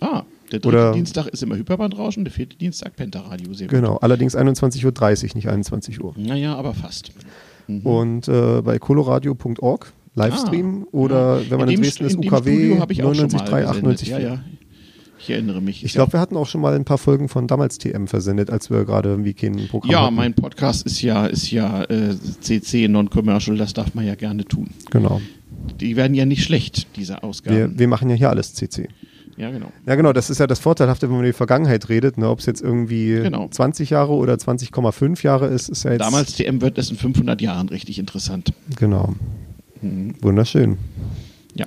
Speaker 2: Ah, der dritte
Speaker 1: Oder-
Speaker 2: Dienstag ist immer Hyperbandrauschen, der vierte Dienstag Pentaradio. Sehr gut.
Speaker 1: Genau. Allerdings 21.30 Uhr, nicht 21 Uhr.
Speaker 2: Naja, aber fast. Mhm.
Speaker 1: Und äh, bei coloradio.org Livestream
Speaker 2: Ah,
Speaker 1: oder wenn man in,
Speaker 2: dem
Speaker 1: Dresden
Speaker 2: Stu-
Speaker 1: ist,
Speaker 2: in dem
Speaker 1: UKW
Speaker 2: Studio habe ich auch schon
Speaker 1: 99
Speaker 2: mal
Speaker 1: 3
Speaker 2: gesendet.
Speaker 1: 98
Speaker 2: Ja, ja. Ich erinnere mich.
Speaker 1: Ich
Speaker 2: Ist ja-
Speaker 1: glaube, wir hatten auch schon mal ein paar Folgen von damals TM versendet, als wir gerade irgendwie kein Programm
Speaker 2: Ja,
Speaker 1: hatten.
Speaker 2: mein Podcast ist ja, ist ja äh, CC, Non-Commercial, das darf man ja gerne tun.
Speaker 1: Genau.
Speaker 2: Die werden ja nicht schlecht, diese Ausgaben.
Speaker 1: Wir, wir machen ja hier alles CC.
Speaker 2: ja, genau.
Speaker 1: Ja, genau, das ist ja das Vorteilhafte, wenn man über die Vergangenheit redet, ne, ob es jetzt irgendwie
Speaker 2: Genau.
Speaker 1: 20 Jahre oder 20,5 Jahre ist, ist ja jetzt.
Speaker 2: Damals TM wird es in 500 Jahren richtig interessant.
Speaker 1: Genau. Wunderschön.
Speaker 2: Mhm. Ja.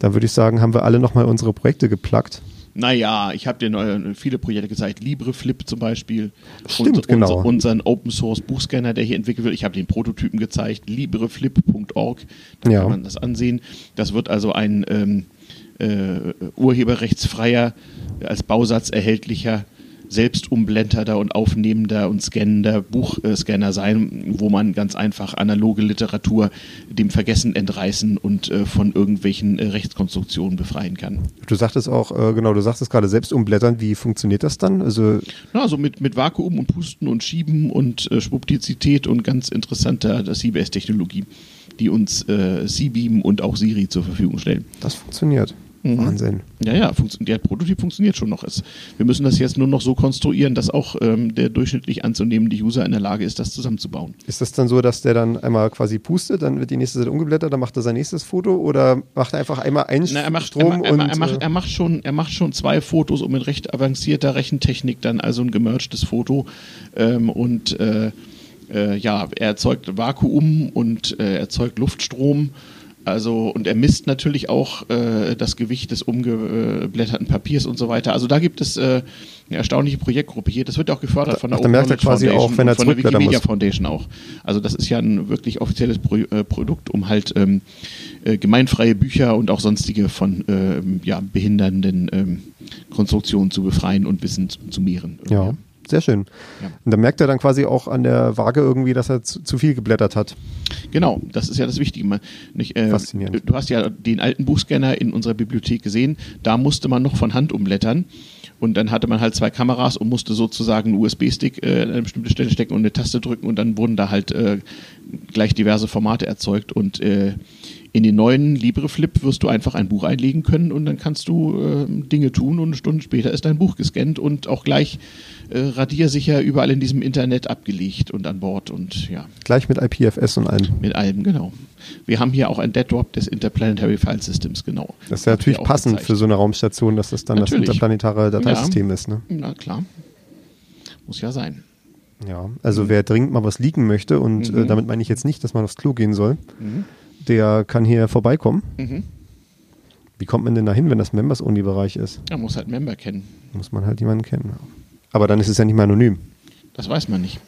Speaker 1: Dann würde ich sagen, haben wir alle nochmal unsere Projekte geplagt.
Speaker 2: Naja, ich habe dir neue, viele Projekte gezeigt. LibreFlip zum Beispiel.
Speaker 1: Stimmt,
Speaker 2: Unser-
Speaker 1: genau.
Speaker 2: unser- Unseren Open Source Buchscanner, der hier entwickelt wird. Ich habe den Prototypen gezeigt. LibreFlip.org. Da
Speaker 1: Ja.
Speaker 2: kann man das ansehen. Das wird also ein ähm, äh, urheberrechtsfreier, als Bausatz erhältlicher, selbst umblätternder und aufnehmender und scannender Buchscanner sein, wo man ganz einfach analoge Literatur dem Vergessen entreißen und äh, von irgendwelchen äh, Rechtskonstruktionen befreien kann.
Speaker 1: Du sagtest auch, äh, genau, du sagtest gerade selbst umblättern, wie funktioniert das dann? Also,
Speaker 2: Na, so mit, mit Vakuum und Pusten und Schieben und äh, Schwupptizität und ganz interessanter das CBS-Technologie, die uns äh, C-Beam und auch Siri zur Verfügung stellen.
Speaker 1: das funktioniert.
Speaker 2: Mhm.
Speaker 1: Wahnsinn.
Speaker 2: Ja, ja, funktio- der Prototyp funktioniert schon noch. Es, wir müssen das jetzt nur noch so konstruieren, dass auch ähm, der durchschnittlich anzunehmende User in der Lage ist, das zusammenzubauen.
Speaker 1: Ist das dann so, dass der dann einmal quasi pustet, dann wird die nächste Seite umgeblättert, dann macht er sein nächstes Foto oder macht er einfach einmal einen
Speaker 2: Na, er macht,
Speaker 1: Strom
Speaker 2: er, ma- er,
Speaker 1: und
Speaker 2: ma- er, macht,
Speaker 1: äh,
Speaker 2: er, macht schon, er macht schon zwei Fotos um mit recht avancierter Rechentechnik dann also ein gemergtes Foto ähm, und äh, äh, ja, er erzeugt Vakuum und äh, erzeugt Luftstrom. Also, und er misst natürlich auch äh, das Gewicht des umgeblätterten Papiers und so weiter. Also da gibt es äh, eine erstaunliche Projektgruppe hier. Das wird auch gefördert von der
Speaker 1: Ach, da merkt er quasi
Speaker 2: Knowledge Foundation
Speaker 1: auch, wenn er
Speaker 2: und von der
Speaker 1: zurückblättern
Speaker 2: Wikimedia
Speaker 1: muss.
Speaker 2: Foundation auch. Also das ist ja ein wirklich offizielles Pro äh, Produkt, um halt ähm, äh, gemeinfreie Bücher und auch sonstige von ähm, ja, behindernden ähm, Konstruktionen zu befreien und Wissen zu, zu mehren.
Speaker 1: ja, sehr schön.
Speaker 2: Ja.
Speaker 1: Und dann merkt er dann quasi auch an der Waage irgendwie, dass er zu, zu viel geblättert hat.
Speaker 2: Genau, das ist ja das Wichtige. Man, nicht, äh,
Speaker 1: Faszinierend.
Speaker 2: Du hast ja den alten Buchscanner in unserer Bibliothek gesehen. Da musste man noch von Hand umblättern. Und dann hatte man halt zwei Kameras und musste sozusagen einen USB-Stick äh, an eine bestimmte Stelle stecken und eine Taste drücken. Und dann wurden da halt äh, gleich diverse Formate erzeugt. Und äh, in den neuen LibreFlip wirst du einfach ein Buch einlegen können und dann kannst du äh, Dinge tun. Und eine Stunde später ist dein Buch gescannt und auch gleich äh, radiersicher überall in diesem Internet abgelegt und an Bord. Und ja.
Speaker 1: Gleich mit IPFS und allem.
Speaker 2: Mit allem, genau. Wir haben hier auch ein Dead Drop des Interplanetary File Systems, genau.
Speaker 1: Das ist ja
Speaker 2: Habt ihr
Speaker 1: natürlich
Speaker 2: auch
Speaker 1: passend für
Speaker 2: gezeigt.
Speaker 1: so eine Raumstation, dass das dann
Speaker 2: Natürlich.
Speaker 1: das interplanetare Dateisystem
Speaker 2: Ja.
Speaker 1: ist. Ne?
Speaker 2: Na klar. Muss ja sein.
Speaker 1: Ja, also
Speaker 2: Mhm.
Speaker 1: wer dringend mal was liegen möchte und äh, damit meine ich jetzt nicht, dass man aufs Klo gehen soll,
Speaker 2: Mhm.
Speaker 1: der kann hier vorbeikommen. Wie kommt man denn da hin, wenn das Members-Only-Bereich ist?
Speaker 2: Man muss halt Member kennen.
Speaker 1: Muss man halt jemanden kennen. Aber dann ist es ja nicht mehr anonym.
Speaker 2: Das weiß man nicht.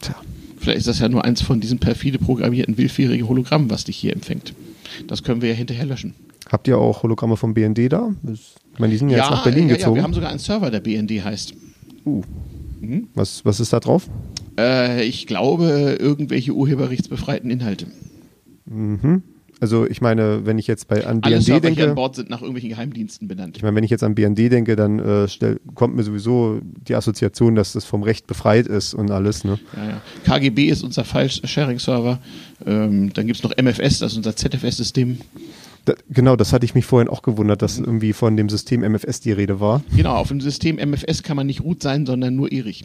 Speaker 1: Tja.
Speaker 2: Vielleicht ist das ja nur eins von diesen perfide programmierten willfährigen Hologrammen, was dich hier empfängt. Das können wir ja hinterher löschen.
Speaker 1: Habt ihr auch Hologramme vom BND da? Das- Ich meine, die sind ja, jetzt nach Berlin
Speaker 2: ja,
Speaker 1: gezogen.
Speaker 2: Ja, wir haben sogar einen Server, der BND heißt.
Speaker 1: uh. was, was ist da drauf?
Speaker 2: Äh, ich glaube, irgendwelche urheberrechtsbefreiten Inhalte.
Speaker 1: Also ich meine, wenn ich jetzt bei an
Speaker 2: Alle
Speaker 1: BND
Speaker 2: Server hier an
Speaker 1: denke,
Speaker 2: Bord sind nach irgendwelchen Geheimdiensten benannt.
Speaker 1: ich meine, wenn ich jetzt an BND denke, dann äh, stell, kommt mir sowieso die Assoziation, dass das vom Recht befreit ist und alles. Ne?
Speaker 2: Ja, ja. KGB ist unser File-Sharing-Server. Ähm, dann gibt es noch MFS, das ist unser ZFS-System.
Speaker 1: Da, genau, das hatte ich mich vorhin auch gewundert, dass irgendwie von dem System MFS die Rede war.
Speaker 2: Genau, auf dem System MFS kann man nicht Ruth sein, sondern nur Erich.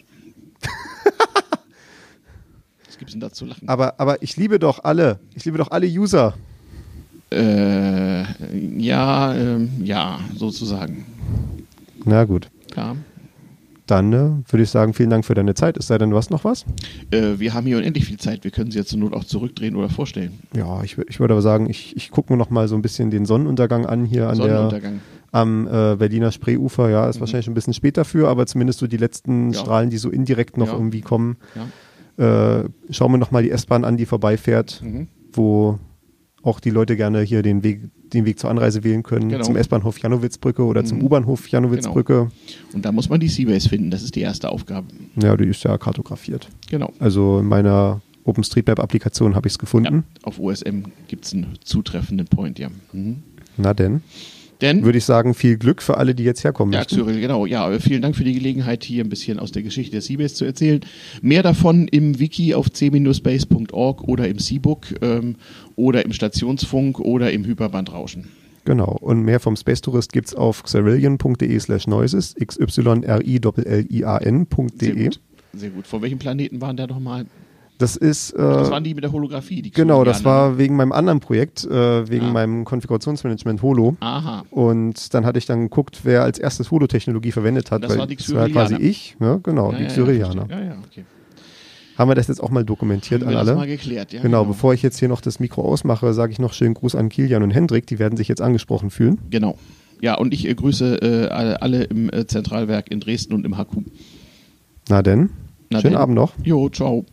Speaker 2: Was gibt's denn da zu lachen?
Speaker 1: Aber, aber ich liebe doch alle, ich liebe doch alle User.
Speaker 2: Äh, ja, ähm, ja, sozusagen.
Speaker 1: Na gut.
Speaker 2: Ja.
Speaker 1: Dann äh, würde ich sagen, vielen Dank für deine Zeit. Es sei denn, du hast noch was?
Speaker 2: Äh, wir haben hier unendlich viel Zeit. Wir können sie jetzt zur Not auch zurückdrehen oder vorstellen.
Speaker 1: Ja, ich, wür- ich würde aber sagen, ich, ich gucke mir noch mal so ein bisschen den Sonnenuntergang an hier an der,
Speaker 2: Sonnenuntergang.
Speaker 1: am äh, Berliner Spreeufer. Ja, ist wahrscheinlich schon ein bisschen spät dafür, aber zumindest so die letzten
Speaker 2: Mhm. Ja.
Speaker 1: Strahlen, die so indirekt noch
Speaker 2: Ja.
Speaker 1: irgendwie kommen.
Speaker 2: Ja.
Speaker 1: Äh, schauen wir noch mal die S-Bahn an, die vorbeifährt,
Speaker 2: Mhm.
Speaker 1: wo auch die Leute gerne hier den Weg, den Weg zur Anreise wählen können,
Speaker 2: Genau. Mhm.
Speaker 1: zum S-Bahnhof Janowitzbrücke oder zum U-Bahnhof Janowitzbrücke.
Speaker 2: Und da muss man die Seabase finden. Das ist die erste Aufgabe.
Speaker 1: Ja, die ist ja kartografiert.
Speaker 2: Genau.
Speaker 1: Also in meiner OpenStreetMap-Applikation habe ich es
Speaker 2: Ja,
Speaker 1: gefunden.
Speaker 2: auf OSM gibt es einen zutreffenden Point, ja. Mhm.
Speaker 1: Na denn,
Speaker 2: Denn
Speaker 1: würde ich sagen, viel Glück für alle, die jetzt herkommen
Speaker 2: Ja,
Speaker 1: möchten.
Speaker 2: Cyril, genau. Ja, aber vielen Dank für die Gelegenheit, hier ein bisschen aus der Geschichte der Seabase zu erzählen. Mehr davon im Wiki auf c-base.org oder im Seabook ähm, oder im Stationsfunk oder im Hyperbandrauschen.
Speaker 1: Genau. Und mehr vom Space Tourist gibt's auf xerillion.de slash noises,
Speaker 2: Sehr
Speaker 1: xyrillian.de.
Speaker 2: gut. Sehr gut. Von welchem Planeten waren der nochmal?
Speaker 1: Das ist, äh,
Speaker 2: Das waren die mit der Holographie. Die
Speaker 1: genau, das
Speaker 2: Kolumbianer.
Speaker 1: war wegen meinem anderen Projekt, äh, wegen
Speaker 2: Ah.
Speaker 1: meinem Konfigurationsmanagement Holo.
Speaker 2: ne? Aha.
Speaker 1: Und dann hatte ich dann geguckt, wer als erstes Holo-Technologie verwendet hat.
Speaker 2: Das war die
Speaker 1: das war quasi
Speaker 2: Xyrillianer.
Speaker 1: ich, ne? genau, die Xyrillianer.
Speaker 2: Ja, ja, ja, verstehe.
Speaker 1: Haben wir das jetzt auch mal dokumentiert
Speaker 2: ja, ja.
Speaker 1: an
Speaker 2: Haben wir
Speaker 1: alle?
Speaker 2: das mal geklärt. Ja,
Speaker 1: genau, bevor ich jetzt hier noch das Mikro ausmache, sage ich noch schönen Gruß an Kilian und Hendrik, die werden sich jetzt angesprochen fühlen.
Speaker 2: Genau. Ja, und ich äh, grüße äh, alle, alle im äh, Zentralwerk in Dresden und im HQ.
Speaker 1: Na denn,
Speaker 2: Na
Speaker 1: schönen
Speaker 2: denn.
Speaker 1: Abend noch.
Speaker 2: Jo, ciao.